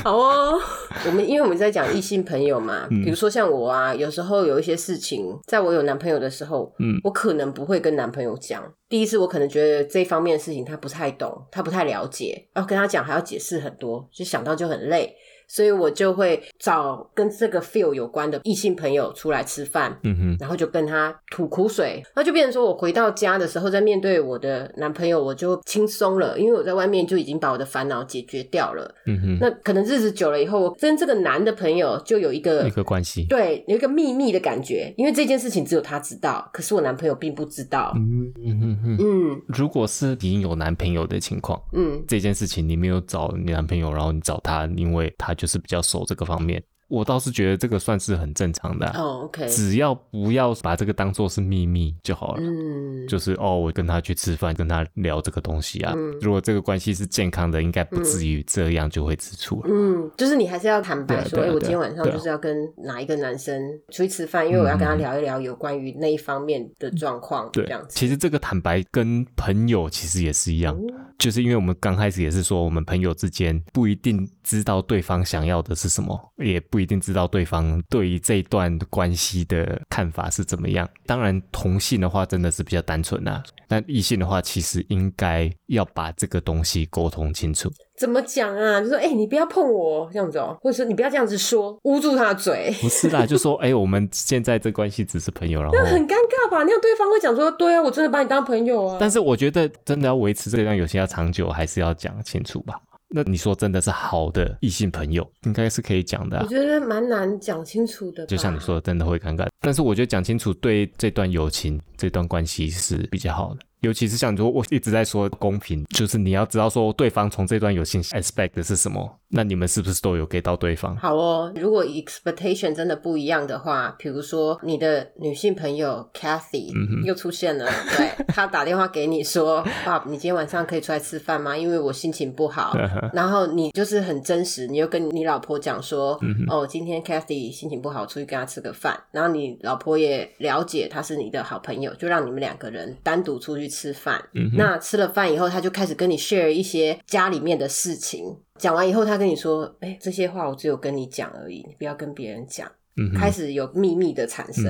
S1: 好哦，我们因为我们在讲异性朋友嘛，比如说像我啊，有时候有一些事情，在我有男朋友的时候，
S2: 嗯
S1: 我可能不会跟男朋友讲。第一是我可能觉得这方面的事情他不太懂，他不太了解，要跟他讲还要解释很多，就想到就很累。所以我就会找跟这个 feel 有关的异性朋友出来吃饭，
S2: 嗯哼，
S1: 然后就跟他吐苦水，那就变成说我回到家的时候，在面对我的男朋友，我就轻松了，因为我在外面就已经把我的烦恼解决掉了。
S2: 嗯哼，
S1: 那可能日子久了以后，我跟这个男的朋友就有一个
S2: 一个关系。
S1: 对有一个秘密的感觉，因为这件事情只有他知道，可是我男朋友并不知道。
S2: 嗯嗯哼哼，
S1: 嗯
S2: 如果是已经有男朋友的情况，
S1: 嗯
S2: 这件事情你没有找你男朋友，然后你找他，因为他就是比较熟这个方面。我倒是觉得这个算是很正常的啊、
S1: 哦，OK，
S2: 只要不要把这个当做是秘密就好了。
S1: 嗯
S2: 就是哦，我跟他去吃饭，跟他聊这个东西啊。
S1: 嗯
S2: 如果这个关系是健康的，应该不至于这样就会吃醋了。
S1: 嗯，就是你还是要坦白
S2: 对啊
S1: 说，
S2: 对
S1: 哎、
S2: 啊
S1: 我
S2: 对啊
S1: 今天晚上
S2: 对啊嗯
S1: 就是要跟哪一个男生出去吃饭，因为我要跟他聊一聊有关于那一方面的状况，
S2: 对
S1: 这样，子。哦
S2: 其实这个坦白跟朋友其实也是一样，就是因为我们刚开始也是说，我们朋友之间不一定知道对方想要的是什么，也不一定知道对方对于这一段关系的看法是怎么样。当然，同性的话真的是比较单纯啊，但异性的话，其实应该要把这个东西沟通清楚。
S1: 怎么讲啊？就说哎、欸你不要碰我这样子哦、或者说你不要这样子说，捂住他的嘴，
S2: 不是啦，就说哎、我们现在这关系只是朋友，然后。
S1: 很尴尬吧？那样对方会讲说，对啊，我真的把你当朋友啊。
S2: 但是我觉得真的要维持这段友情要长久，还是要讲清楚吧。那你说真的是好的异性朋友，应该是可以讲的啊、
S1: 我觉得蛮难讲清楚的吧，
S2: 就像你说的，真的会尴尬。但是我觉得讲清楚对这段友情、这段关系是比较好的。尤其是像你说，我一直在说公平，就是你要知道说对方从这段友情 expect 的是什么，那你们是不是都有给到对方？
S1: 好哦，如果 expectation 真的不一样的话，比如说你的女性朋友 Cathy、又
S2: 嗯
S1: 出现 了，对她打电话给你说：“爸，你今天晚上可以出来吃饭吗？因为我心情不好。”然后你就是很真实，你又跟你老婆讲说：“
S2: 嗯
S1: 哦，今天 Cathy 心情不好，出去跟她吃个饭。”然后你老婆也了解她是你的好朋友，就让你们两个人单独出去吃饭。
S2: 嗯
S1: 那吃了饭以后，她就开始跟你 share 一些家里面的事情。讲完以后，她跟你说：“哎、这些话我只有跟你讲而已，你不要跟别人讲。”
S2: 嗯
S1: 开
S2: 哼，嗯
S1: 始有秘密的产生。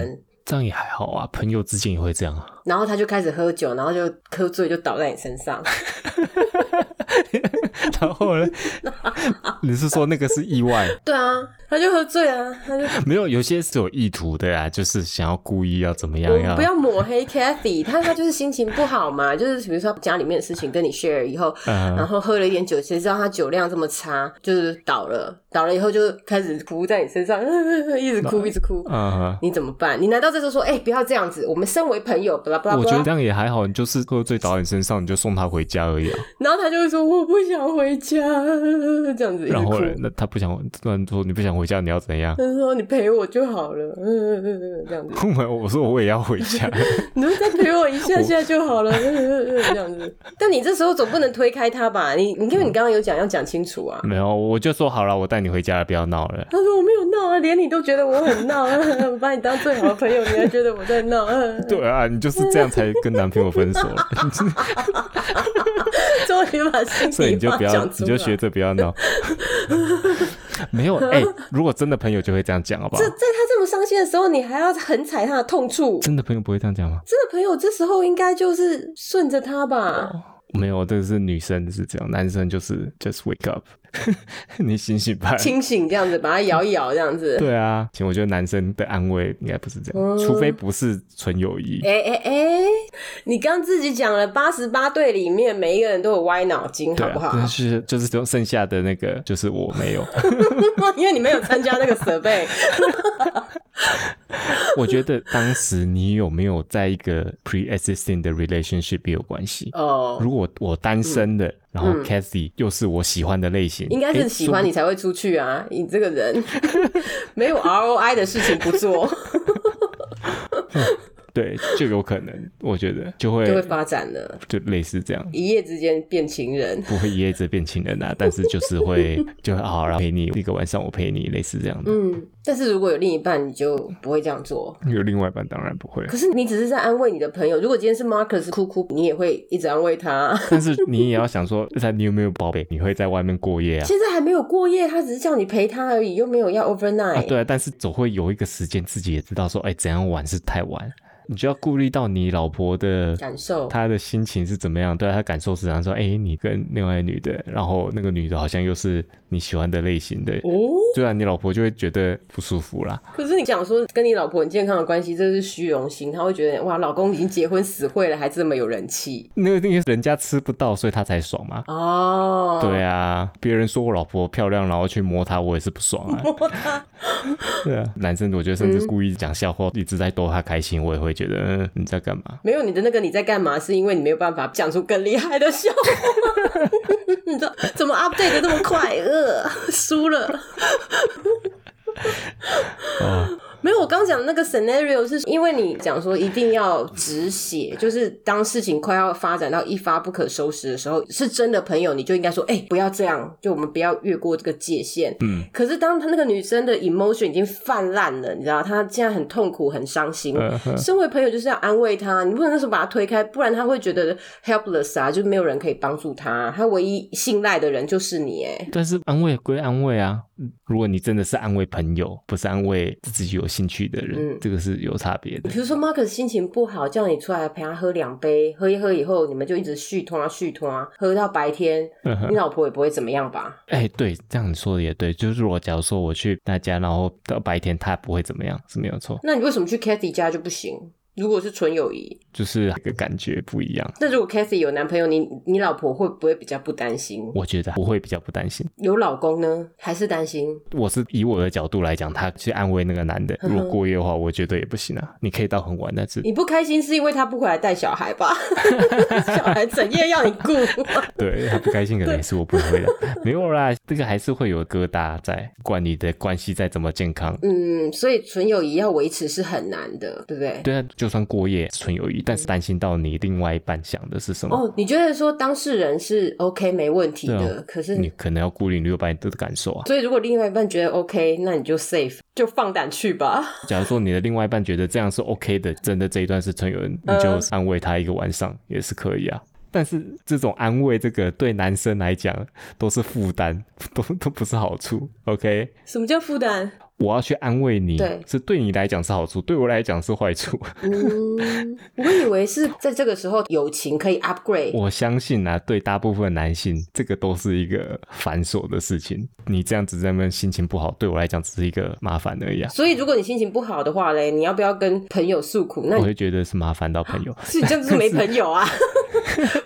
S2: 这样也还好啊，朋友之间也会这样啊。
S1: 然后他就开始喝酒，然后就喝醉就倒在你身上。
S2: 然后呢？你是说那个是意外？
S1: 对啊，他就喝醉啊，他就
S2: 没有，有些是有意图的啊，就是想要故意要怎么样
S1: 我
S2: 要
S1: 们不要抹黑 Cathy，他他就是心情不好嘛，就是比如说家里面的事情跟你 share 以后，
S2: 嗯
S1: 然后喝了一点酒，谁知道他酒量这么差，就是倒了，倒了以后就开始哭在你身上， 一直哭一直哭，
S2: 嗯
S1: 你怎么办？你难道这时候说，哎、不要这样子，我们身为朋友，巴拉巴拉
S2: 我
S1: 巴
S2: 觉得
S1: 拉
S2: 这，样也还好，你就是喝醉倒在你身上，你就送他回家而已啊。
S1: 然后他就会说我不想回家， 这样子一直
S2: 然
S1: 哭
S2: 后。呢，那他不想，突然说你不想回家，你要怎样？
S1: 他说：“你陪我就好了， 嗯嗯嗯嗯，这样子。”
S2: 我我说我也要回家，
S1: 你就再陪我一下下就好 了， 这样子。但你这时候总不能推开他吧？你，你因为你刚刚有讲要讲清楚啊。
S2: 没有，我就说好了，我带你回家了，不要闹了。
S1: 他说我没有闹啊，连你都觉得我很 闹、啊，我把你当最好的朋友，你还觉得我在闹、啊，
S2: 对啊，你就是这样才跟男朋友分手 了，
S1: 终于把心
S2: 所以
S1: 里
S2: 你就
S1: 话
S2: 不要，
S1: 讲出
S2: 你
S1: 来。
S2: 就学着不要 闹。没有，哎、如果真的朋友就会这样讲，好不好
S1: 这，？在他这么伤心的时候，你还要横踩他的痛处。
S2: 真的朋友不会哦这样讲吗？
S1: 真的朋友这时候应该就是顺着他吧。
S2: 没有，这个是女生是这样，男生就是 just wake up，你醒醒吧。
S1: 清醒这样子，把他摇一摇这样子。
S2: 哎对啊，其实我觉得男生的安慰应该不是这样，
S1: 嗯
S2: 除非不是纯友谊。
S1: 哎哎哎，你刚自己讲了，八十八队里面每一个人都有歪脑筋，
S2: 对
S1: 好
S2: 啊，
S1: 不好？
S2: 但是就是只有剩下的那个，就是我没有。
S1: 因为你没有参加那个设备，
S2: 我觉得当时你有没有在一个 pre-existing 的 relationship 也有关系。
S1: 哦，嗯
S2: 如果我单身的，然后 Cathy 又是我喜欢的类型，
S1: 应该
S2: 诶
S1: 是喜欢。
S2: 说
S1: 你才会出去啊！你这个人 没有 ROI 的事情不 做，
S2: 不对，就有可能，我觉得就
S1: 就会
S2: 会
S1: 发展了，
S2: 就类似这样。
S1: 一夜之间变情人。
S2: 不会一夜之变情人 啊，但是就是会就会好，然后陪你一个晚上，我陪你，类似这样的。
S1: 嗯，但是如果有另一半，你就不会这样做。
S2: 有另外一半当然不会，
S1: 可是你只是在安慰你的朋友。如果今天是 Marcus 哭哭，你也会一直安慰他。
S2: 但是你也要 想说，那你有没有宝贝？你会在外面过夜啊？
S1: 现在还没有过夜，他只是叫你陪他而已，又没有要 overnight。
S2: 啊，对啊，但是总会有一个时间，自己也知道说，哎，怎样玩是太晚，你就要顾虑到你老婆的
S1: 感受
S2: 她的心情是怎么样，对啊她感受是怎样，说，哎，你跟另外一个女的，然后那个女的好像又是你喜欢的类型的，
S1: 哦，
S2: 对啊，你老婆就会觉得不舒服啦。
S1: 可是你讲说跟你老婆很健康的关系，这是虚荣心，他会觉得哇，老公已经结婚死会了，还这么有人气
S2: 那个那个人家吃不到，所以她才爽嘛。
S1: 哦。
S2: 对啊，别人说我老婆漂亮，然后去摸她，我也是不爽啊。摸她，对啊，男生我觉得甚至故意讲笑话，一直在逗她开心，我也会觉得、嗯、你在干嘛？
S1: 没有你的那个你在干嘛？是因为你没有办法讲出更厉害的笑话， 你知道怎么 update 的这么快？呃，输了。没有，我刚讲的那个 scenario 是因为你讲说一定要止血，就是当事情快要发展到一发不可收拾的时候，是真的朋友，你就应该说，哎、不要这样，就我们不要越过这个界限。嗯。可是当他那个女生的 emotion 已经泛滥了，你知道，她现在很痛苦，很伤心。
S2: 嗯哼
S1: 身为朋友就是要安慰她，你不能那时候把她推开，不然她会觉得 helpless 啊，就没有人可以帮助她。她唯一信赖的人就是你，哎，
S2: 但是安慰归安慰啊，如果你真的是安慰朋友，不是安慰自己有兴趣的人，
S1: 嗯
S2: 这个是有差别的
S1: 比。如说 Marcus 心情不好，叫你出来陪他喝两杯，喝一喝以后，你们就一直续拖啊续拖，喝到白天，
S2: 嗯哼
S1: 你老婆也不会怎么样吧？
S2: 哎、对，这样你说的也对，就是我假如说我去他家，然后到白天他不会怎么样，是没有错。
S1: 那你为什么去 Cathy 家就不行？如果是纯友谊，
S2: 就是那个感觉不一样。
S1: 那如果 Kathy 有男朋友，你你老婆会不会比较不担心？
S2: 我觉得我会比较不担心。
S1: 有老公呢，还是担心？
S2: 我是以我的角度来讲，他去安慰那个男的，
S1: 嗯哼嗯
S2: 如果过夜的话，我觉得也不行啊。你可以到很晚，但是
S1: 你不开心是因为他不回来带小孩吧？ 小孩整夜要你顾，
S2: 对他不开心可能也是我不会的，啊 没有啦，这个还是会有疙瘩在。不管你的关系再怎么健康，
S1: 嗯，所以纯友谊要维持是很难的，对不对？
S2: 对啊，就算过夜纯友谊，但是担心到你另外一半想的是什么，
S1: 哦，你觉得说当事人是 OK 没问题
S2: 对
S1: 的，
S2: 啊
S1: 可是
S2: 你可能要顾虑你另外一半的感受啊。
S1: 所以如果另外一半觉得 OK，那你就 safe，就放胆去吧。
S2: 假如说你的另外一半觉得这样是 OK 的，真的这一段是纯友谊，你就安慰他一个晚上也是可以啊。但是这种安慰，这个对男生来讲都是负担， 都都不是好处。OK，
S1: 什么叫负担？
S2: 我要去安慰你，
S1: 对
S2: 是对你来讲是好处，对我来讲是坏处。
S1: 嗯，我以为是在这个时候友情可以 upgrade。
S2: 我相信啊，对大部分男性，这个都是一个繁琐的事情。你这样子在那边心情不好，对我来讲只是一个麻烦而已啊。
S1: 所以如果你心情不好的话嘞，你要不要跟朋友诉苦？那
S2: 我
S1: 你
S2: 会觉得是麻烦到朋友。
S1: 是你 这样就是没朋友啊。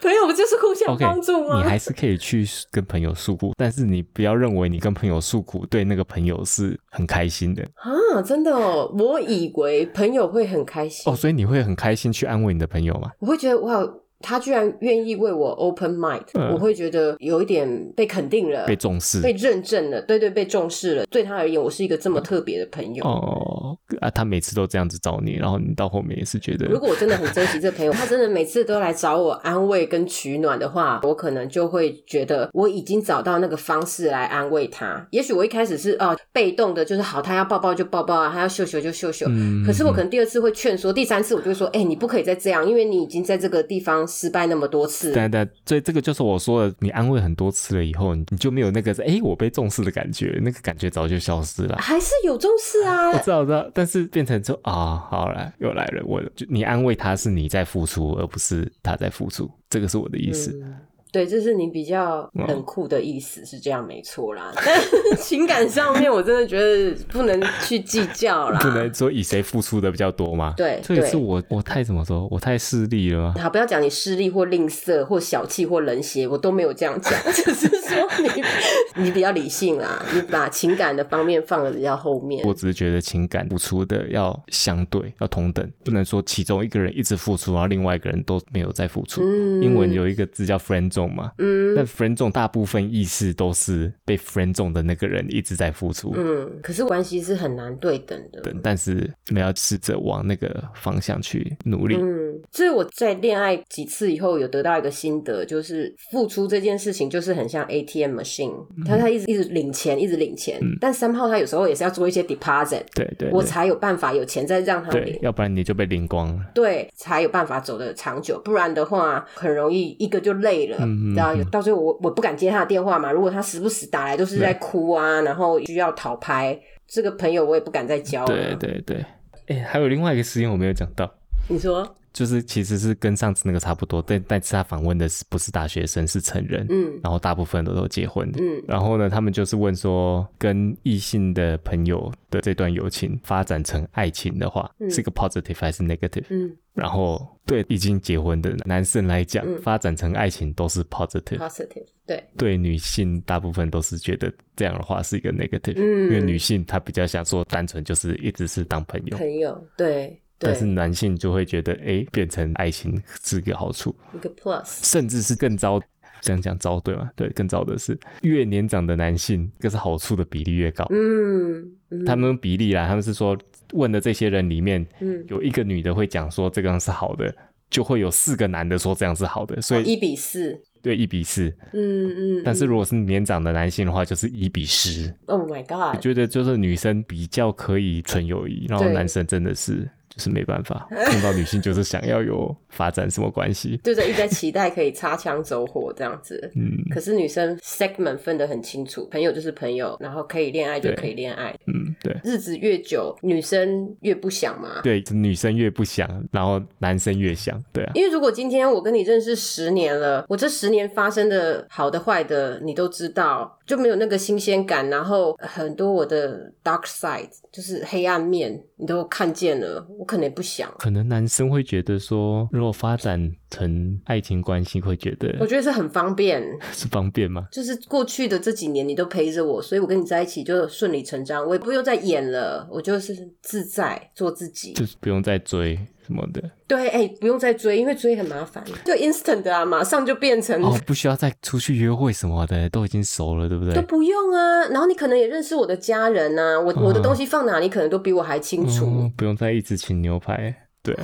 S1: 朋友不就是互 相
S2: OK，
S1: 帮助吗
S2: 你还是可以去跟朋友诉苦， 但是你不要认为你跟朋友诉苦对那个朋友是很开心的
S1: 啊，真的哦，我以为朋友会很开心，
S2: 哦，所以你会很开心去安慰你的朋友吗？
S1: 我会觉得哇，他居然愿意为我 open mind，、
S2: 嗯
S1: 我会觉得有一点被肯定了，
S2: 被重视
S1: 被认证了，呃对对，被重视了。对他而言，我是一个这么特别的朋友。
S2: 哦啊，他每次都这样子找你，然后你到后面也是觉得
S1: 如果我真的很珍惜这朋友，他真的每次都来找我安慰跟取暖的话，我可能就会觉得我已经找到那个方式来安慰他。也许我一开始是哦、被动的，就是好，他要抱抱就抱抱啊，他要秀秀就秀秀。
S2: 嗯
S1: 可是我可能第二次会劝说，第三次我就会说，哎、你不可以再这样，因为你已经在这个地方失败那么多次。
S2: 对对，所以这个就是我说的，你安慰很多次了以后，你你就没有那个是 哎我被重视的感觉，那个感觉早就消失 了。
S1: 还是有重视啊
S2: 我，知道，我知道，但是变成说啊、好了，又来了，我就你安慰他是你在付出，而不是他在付出，这个是我的意思。
S1: 嗯对，这是你比较
S2: 嗯
S1: 冷酷的意思，是这样没错 啦。但情感上面，我真的觉得不能去计较啦。
S2: 不能说以谁付出的比较多嘛。
S1: 对
S2: 这也是
S1: 对
S2: 我我太怎么说，我太势利了吗？
S1: 好，不要讲你势利或吝啬或小气或冷血，我都没有这样讲， 只是说你你比较理性啦，你把情感的方面放的比较后面
S2: 我。只是觉得情感付出的要相对，要同等，不能说其中一个人一直付出，然后另外一个人都没有在付出。
S1: 嗯
S2: 英文有一个字叫 friend zone 嘛，
S1: 嗯
S2: 但 friend zone 大部分意思都是被 friend zone 的那个人一直在付出，
S1: 嗯，可是关系是很难对等的。
S2: 等但是我们要试着往那个方向去努力。
S1: 嗯，这是我在恋爱几次以后有得到一个心得，就是付出这件事情就是很像 ATM machine，他
S2: 嗯
S1: 他一直一直领钱，一直领钱，但三号他有时候也是要做一些 deposit，
S2: 对嗯对
S1: 我
S2: 对
S1: 才有办法有钱再让他领
S2: 对，。要不然你就被领光了。
S1: 对，才有办法走得长久，不然的话很容易一个就累了，
S2: 嗯嗯
S1: 然后到最后我我不敢接他的电话嘛，如果他时不时打来都是在哭啊，然后需要讨拍，这个朋友我也不敢再交了。
S2: 对对对，哎、还有另外一个实验我没有讲到。
S1: 你说，
S2: 就是其实是跟上次那个差不多，但但是他访问的是不是大学生，是成人，
S1: 嗯
S2: 然后大部分都都结婚的。
S1: 嗯
S2: 然后呢，他们就是问说，跟异性的朋友的这段友情发展成爱情的话，
S1: 嗯
S2: 是个 positive 还是 negative？、
S1: 嗯
S2: 然后对已经结婚的男生来讲，
S1: 嗯
S2: 发展成爱情都是 positive，、
S1: ，positive，对，
S2: 对女性大部分都是觉得这样的话是一个 negative，、
S1: 嗯
S2: 因为女性她比较想说单纯就是一直是当朋友，
S1: 朋友，对对
S2: 但，是男性就会觉得，哎、变成爱情是一个好处，
S1: 一个 plus，
S2: 甚至是更糟。这样讲糟对吗？对，更糟的是，越年长的男性，这是好处的比例越高。
S1: 嗯嗯
S2: 他们比例啦，他们是说问的这些人里面
S1: 嗯，
S2: 有一个女的会讲说这个样是好的，就会有四个男的说这样是好的，所
S1: 哦
S2: 以
S1: 一比四，
S2: 对一比四。
S1: 嗯嗯，
S2: 但是如果是年长的男性的话，就是一比十。
S1: ，Oh my God，
S2: 觉得就是女生比较可以纯友谊，然后
S1: 对
S2: 男生真的是就是没办法碰到女性，就是想要有发展什么关系。
S1: 对着一直在期待可以擦枪走火这样子，
S2: 嗯
S1: 可是女生 segment 分得很清楚，朋友就是朋友，然后可以恋爱就可以恋爱。
S2: 嗯，对
S1: 日子越久，女生越不想 嘛。
S2: 对，女生越不想，然后男生越想，对啊，
S1: 因为如果今天我跟你认识十年了，我这十年发生的好的坏的你都知道，就没有那个新鲜感，然后很多我的 dark side 就是黑暗面你都看见了，我我可能也不想。
S2: 可能男生会觉得说，如果发展成爱情关系，会觉
S1: 我
S2: 得
S1: 觉得是很方便，
S2: 是方便吗？
S1: 就是过去的这几年你都陪着我，所以我跟你在一起就顺理成章，我也不用再演了，我就是自在做自己。
S2: 就是不用再追什么的
S1: 对，哎、不用再追，因为追很麻烦，就 instant 的啊，马上就变成、
S2: 哦，不需要再出去约会什么的，都已经熟了，对不
S1: 都
S2: 对？
S1: 不用啊。然后你可能也认识我的家人啊，我、我的
S2: 嗯
S1: 东西放哪，你可能都比我还清楚。
S2: 嗯，不用再一直请牛排，对 啊。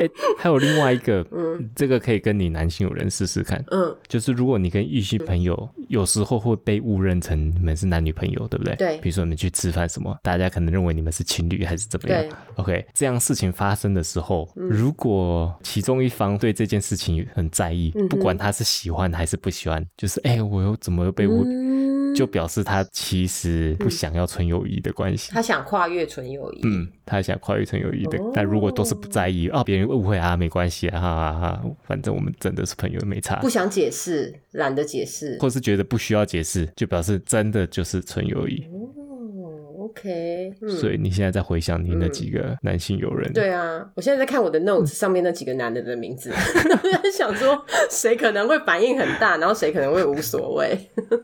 S2: 哎、还有另外一个，
S1: 嗯
S2: 这个可以跟你男性友人试试看，
S1: 嗯，
S2: 就是如果你跟异性朋友，有时候会被误认成你们是男女朋友，对不对？
S1: 对
S2: 比如说你们去吃饭什么，大家可能认为你们是情侣还是怎么样
S1: 对。嗯
S2: OK，这样事情发生的时候，如果其中一方对这件事情很在意，
S1: 嗯哼
S2: 不管他是喜欢还是不喜欢，就是哎、我又怎么又被误，
S1: 嗯
S2: 就表示他其实不想要纯友谊的关系。
S1: 他想跨越纯友谊。
S2: 嗯，他想跨越成友谊的
S1: 嗯哦，
S2: 但如果都是不在意啊，别人误会啊，没关系啊，哈哈哈，反正我们真的是朋友，没差。
S1: 不想解释，懒得解释。
S2: 或是觉得不需要解释，就表示真的就是纯友谊。
S1: 哦，OK，嗯，
S2: 所以你现在在回想你那几个男性友人，
S1: 对啊，我现在在看我的 notes 上面那几个男的的名字， 我在想说谁可能会反应很大，然后谁可能会无所谓，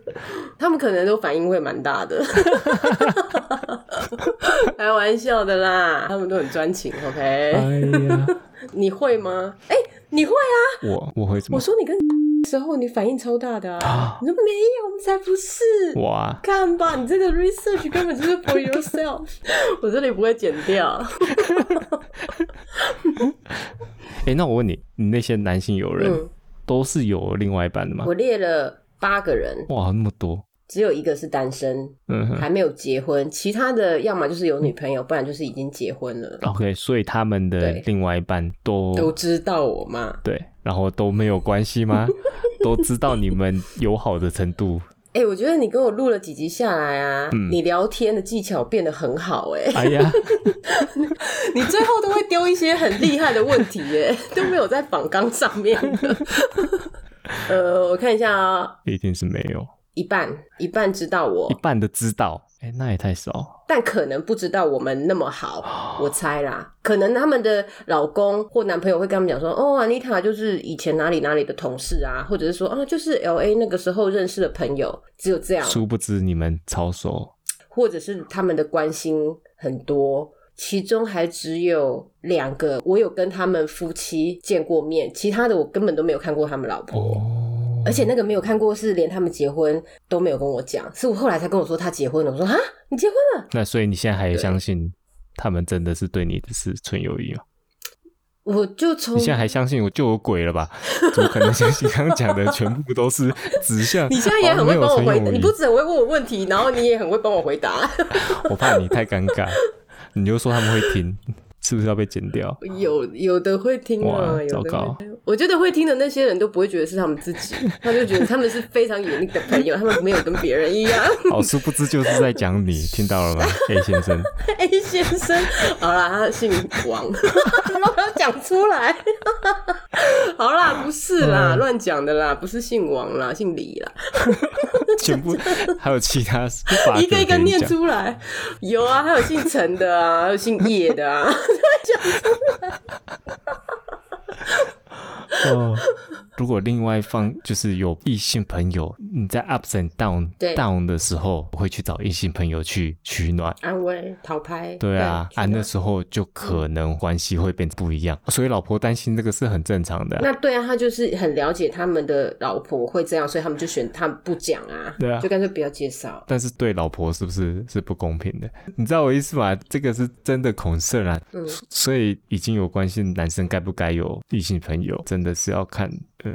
S1: 他们可能都反应会蛮大的， 开玩笑的啦，他们都很专情，OK？、
S2: 哎 呀，
S1: 你会吗？哎、你会啊？
S2: 我我会怎
S1: 我
S2: 么？
S1: 说你跟 时候你反应超大的啊，你说没有，才不是。
S2: 哇，
S1: 看吧，你这个 research 根本就是 for yourself，我 这里不会剪掉。
S2: 哎，那我问你，你那些男性友人
S1: 嗯
S2: 都是有另外一半的吗
S1: 我？列了八个人，
S2: 哇，那么多，
S1: 只有一个是单身，
S2: 嗯哼
S1: 还没有结婚，其他的要么就是有女朋友，不然就是已经结婚了。
S2: ，OK，所以他们的
S1: 对
S2: 另外一半都
S1: 都知道我嘛？
S2: 对，然后都没有关系 吗？都知道你们友好的程度，
S1: 哎、我觉得你跟我录了几集下来啊，你聊天的技巧变得很好哎、
S2: 哎呀，
S1: 你最后都会丢一些很厉害的问题耶、都没有在仿纲上面的。呃，我看一下啊、
S2: 一定是没有，
S1: 一半一半知道我
S2: 一，半的知道，哎，那也太少，
S1: 但可能不知道我们那么好，我猜啦。可能他们的老公或男朋友会跟他们讲说：“哦，安妮塔就是以前哪里哪里的同事啊，或者是说啊，就是 L A 那个时候认识的朋友，只有这样。
S2: 殊不知你们超熟，”
S1: 或者是他们的关心很多，其中还只有两个我有跟他们夫妻见过面，其他的我根本都没有看过他们老婆。
S2: 哦
S1: 而且那个没有看过，是连他们结婚都没有跟我讲，是我后来才跟我说他结婚了。我说啊，你结婚了？
S2: 那所以你现在还相信他们真的是对你是纯友谊吗？
S1: 我就从
S2: 你现在还相信我就有鬼了吧？怎么可能相信 刚刚讲的全部都是指向？
S1: 你现在也很会帮我回
S2: 哦没有纯
S1: 答，
S2: 友谊
S1: 你不只很会问我问题，然后你也很会帮我回答。
S2: 我怕你太尴尬，你就说他们会听，是不是要被剪掉？
S1: 有有的会听啊，
S2: 哇
S1: 有的
S2: 糟糕
S1: 会听。我觉得会听的那些人都不会觉得是他们自 己，他就觉得他们是非常 unique 的朋友，他们没有跟别人一样。
S2: 哦，殊不知就是在讲你，听到了吗，A 先生？
S1: A 先生，好啦，他姓王， 让他讲出来。 好啦，不是
S2: 嗯
S1: 啦，乱讲的啦，不是姓王啦，姓李啦。
S2: 全部还有其他法
S1: 一个一个念
S2: 讲。
S1: 出来，有啊，还有姓陈的啊，还有姓叶的啊，
S2: 哦，如果另外一方就是有异性朋友，你在 ups and down
S1: 对
S2: down 的时候，会去找异性朋友去取暖。
S1: 安慰、讨拍，
S2: 对啊，
S1: 去
S2: 啊，
S1: 哪
S2: 那时候就可能关系会变不一样，所以老婆担心这个是很正常的啊。
S1: 嗯那对啊，他就是很了解他们的老婆会这样，所以他们就选他们不讲啊，
S2: 对啊
S1: 就干脆不要介绍。
S2: 但是对老婆是不是是不公平的？你知道我意思吗？这个是真的恐吓啊，
S1: 嗯
S2: 所以已经有关系，男生该不该有异性朋友，真的是要看呃，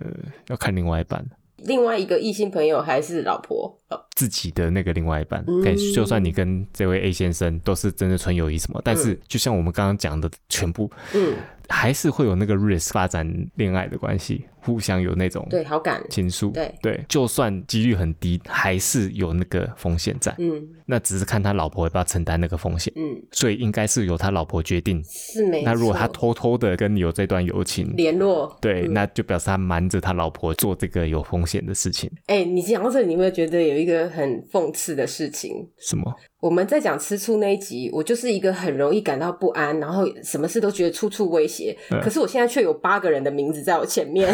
S2: 要看另外一半，
S1: 另外一个异性朋友还是老婆，哦
S2: 自己的那个另外一半。
S1: 嗯
S2: 对，就算你跟这位 A 先生都是真的纯友谊什么，但是就像我们刚刚讲的，全部
S1: 嗯，
S2: 还是会有那个 risk 发展恋爱的关系，互相有那种
S1: 对好感，
S2: 情愫，
S1: 对
S2: 对，就算几率很低，还是有那个风险在。
S1: 嗯
S2: 那只是看他老婆要不要承担那个风险，
S1: 嗯，
S2: 所以应该是由他老婆决定。
S1: 是没错。嗯
S2: 那如果他偷偷的跟你有这段友情，
S1: 联络，
S2: 对，那就表示他瞒着他老婆做这个有风险的事情。
S1: 哎、你讲到这里，你有没有觉得有一个很讽刺的事情？
S2: 什么？
S1: 我们在讲吃醋那一集，我就是一个很容易感到不安，然后什么事都觉得处处威胁。
S2: 嗯
S1: 可是我现在却有八个人的名字在我前面，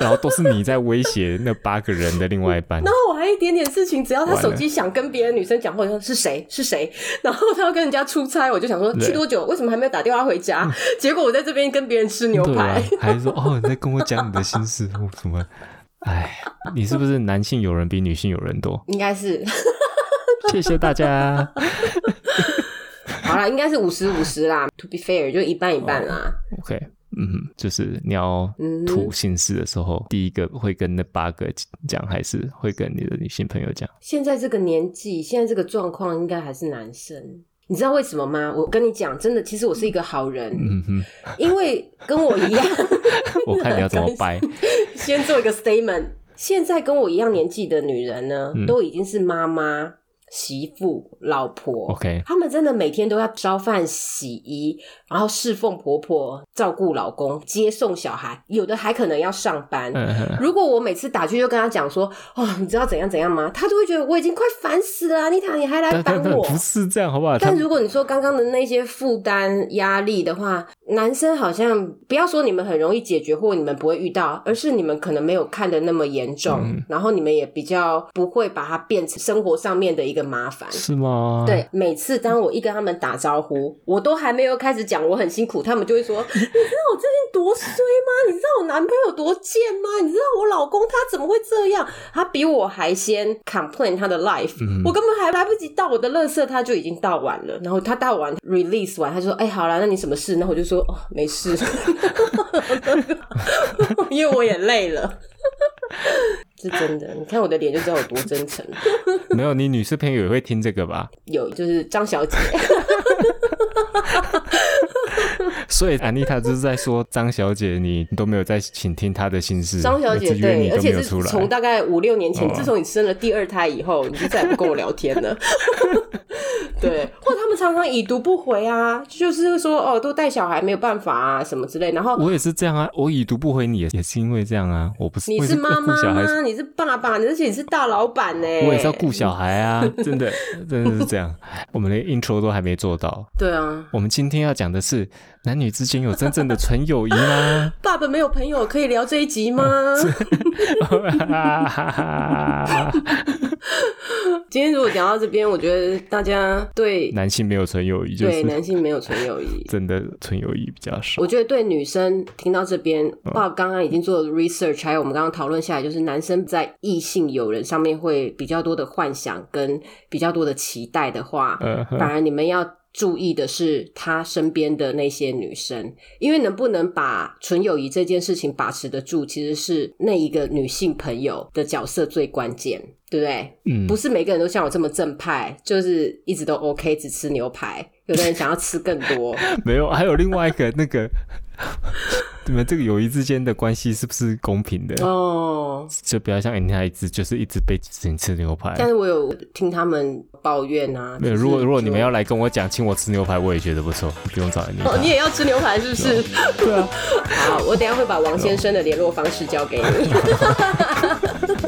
S2: 然后都是你在威胁那八个人的另外一 半
S1: 然，后我还一点点事情，只要他
S2: 完了
S1: 手机想跟别的女生讲话，我就说是谁 是谁，然后他要跟人家出差，我就想说
S2: 对嗯
S1: 去多久？为什么还没有打电话回家？ 结果我在这边跟别人吃牛
S2: 对啊
S1: 排，，
S2: 还说哦你在跟我讲你的心事或什么？哎，你是不是男性友人比女性友人多？
S1: 应该是
S2: 谢谢大家。
S1: 好啦，应该是五十五十啦。To be fair，就一半一半
S2: 哦
S1: 啦。
S2: OK，嗯哼，就是你要
S1: 嗯
S2: 吐心事的时候，第一个会跟那八个讲，还是会跟你的女性朋友讲？
S1: 现在这个年纪，现在这个状况，应该还是男生。你知道为什么吗？我跟你讲，真的，其实我是一个好人，
S2: 嗯哼，，
S1: 因为跟我一样
S2: 我看你要怎么 掰。
S1: 先做一个 statement。现在跟我一样年纪的女人呢，
S2: 嗯
S1: 都已经是妈妈、媳妇、老婆。
S2: OK，
S1: 她们真的每天都要烧饭、洗衣，然后侍奉婆婆、照顾老公、接送小孩，有的还可能要上班。
S2: 嗯哼，
S1: 如果我每次打去就跟他讲说，哦，你知道怎样怎样吗？他就会觉得我已经快烦死了、啊，妮塔，你还来
S2: 但
S1: 烦
S2: 但但
S1: 我。
S2: 不是这样，好不好？
S1: 但
S2: 呃他
S1: 如果你说刚刚的那些负担、压力的话，男生好像不要说你们很容易解决，或你们不会遇到，而是你们可能没有看的那么严重，然后你们也比较不会把它变成生活上面的一个麻烦。
S2: 是吗？
S1: 对，每次当我一跟他们打招呼，我都还没有开始讲我很辛苦，他们就会说：“你知道我最近多衰吗？你知道我男朋友多贱吗？你知道我老公他怎么会这样？他比我还先 complain 他的 life，、
S2: 嗯
S1: 我根本还来不及到我的垃圾，他就已经倒完了。然后他倒完 release 完，他就说：‘哎、好了，那你什么事？’然后我就说：‘哦，没事， 因为我也累了。’ 是真的，你看我的脸就知道我多真诚。
S2: 没有，你女士朋友也会听这个吧？
S1: 有就是张小 姐。”
S2: 所以安妮塔就是在说张小姐，你都没有在倾听她的心事，
S1: 张小姐
S2: 每次约
S1: 对，
S2: 你
S1: 而
S2: 都没
S1: 且
S2: 有
S1: 是
S2: 出
S1: 从
S2: 来。
S1: 大概五六年前，
S2: 哦
S1: 自从你生了第二胎以后，你就再也不跟我聊天了。 对，或他们常常已读不回啊，就是说哦，都带小孩没有办法啊，什么之类。然后
S2: 我也是这样啊，我已读不回你也也是因为这样啊，我不是
S1: 你
S2: 我也
S1: 是
S2: 是
S1: 妈妈
S2: 顾小孩，
S1: 吗？你是爸爸，而且你是大老板呢、
S2: 我也是要顾小孩 啊，真的真的是这样， 我们连 intro 都还没做到。
S1: 对啊，
S2: 我们今天要讲的是男女之间有真正的纯友谊 吗？
S1: 爸爸没有朋友可以聊这一集
S2: 嗯
S1: 吗？ 今天如果讲到这边，我觉得大家对
S2: 男性没有纯友谊，就
S1: 对
S2: 是
S1: 男性没有纯友谊，
S2: 真的纯友谊比较少
S1: 我。觉得对女生听到这边，
S2: 嗯
S1: 爸刚刚已经做了 research，还有我们刚刚讨论下来，就是男生在异性友人上面会比较多的幻想跟比较多的期待的话，
S2: 呃，哼
S1: 反而你们要注意的是他身边的那些女生，因为能不能把纯友谊这件事情把持得住，其实是那一个女性朋友的角色最关键，对不对？
S2: 嗯
S1: 不，是每个人都像我这么正派，就是一直都 OK，只吃牛排。有的人想要吃更 多，
S2: 没有，还有另外一个那个， 你们这个友谊之间的关系是不是公平的？
S1: 哦，
S2: 就不要像人家一直就是一直被指你吃牛排。
S1: 但是我有听他们抱怨啊，
S2: 没有，
S1: 就是
S2: 如果如果
S1: 说
S2: 你们要来跟我讲请我吃牛排，我也觉得不错，不用找人家。
S1: 哦，你也要吃牛排是不是？
S2: 对啊，
S1: 好，我等一下会把王先生的联络方式交给你。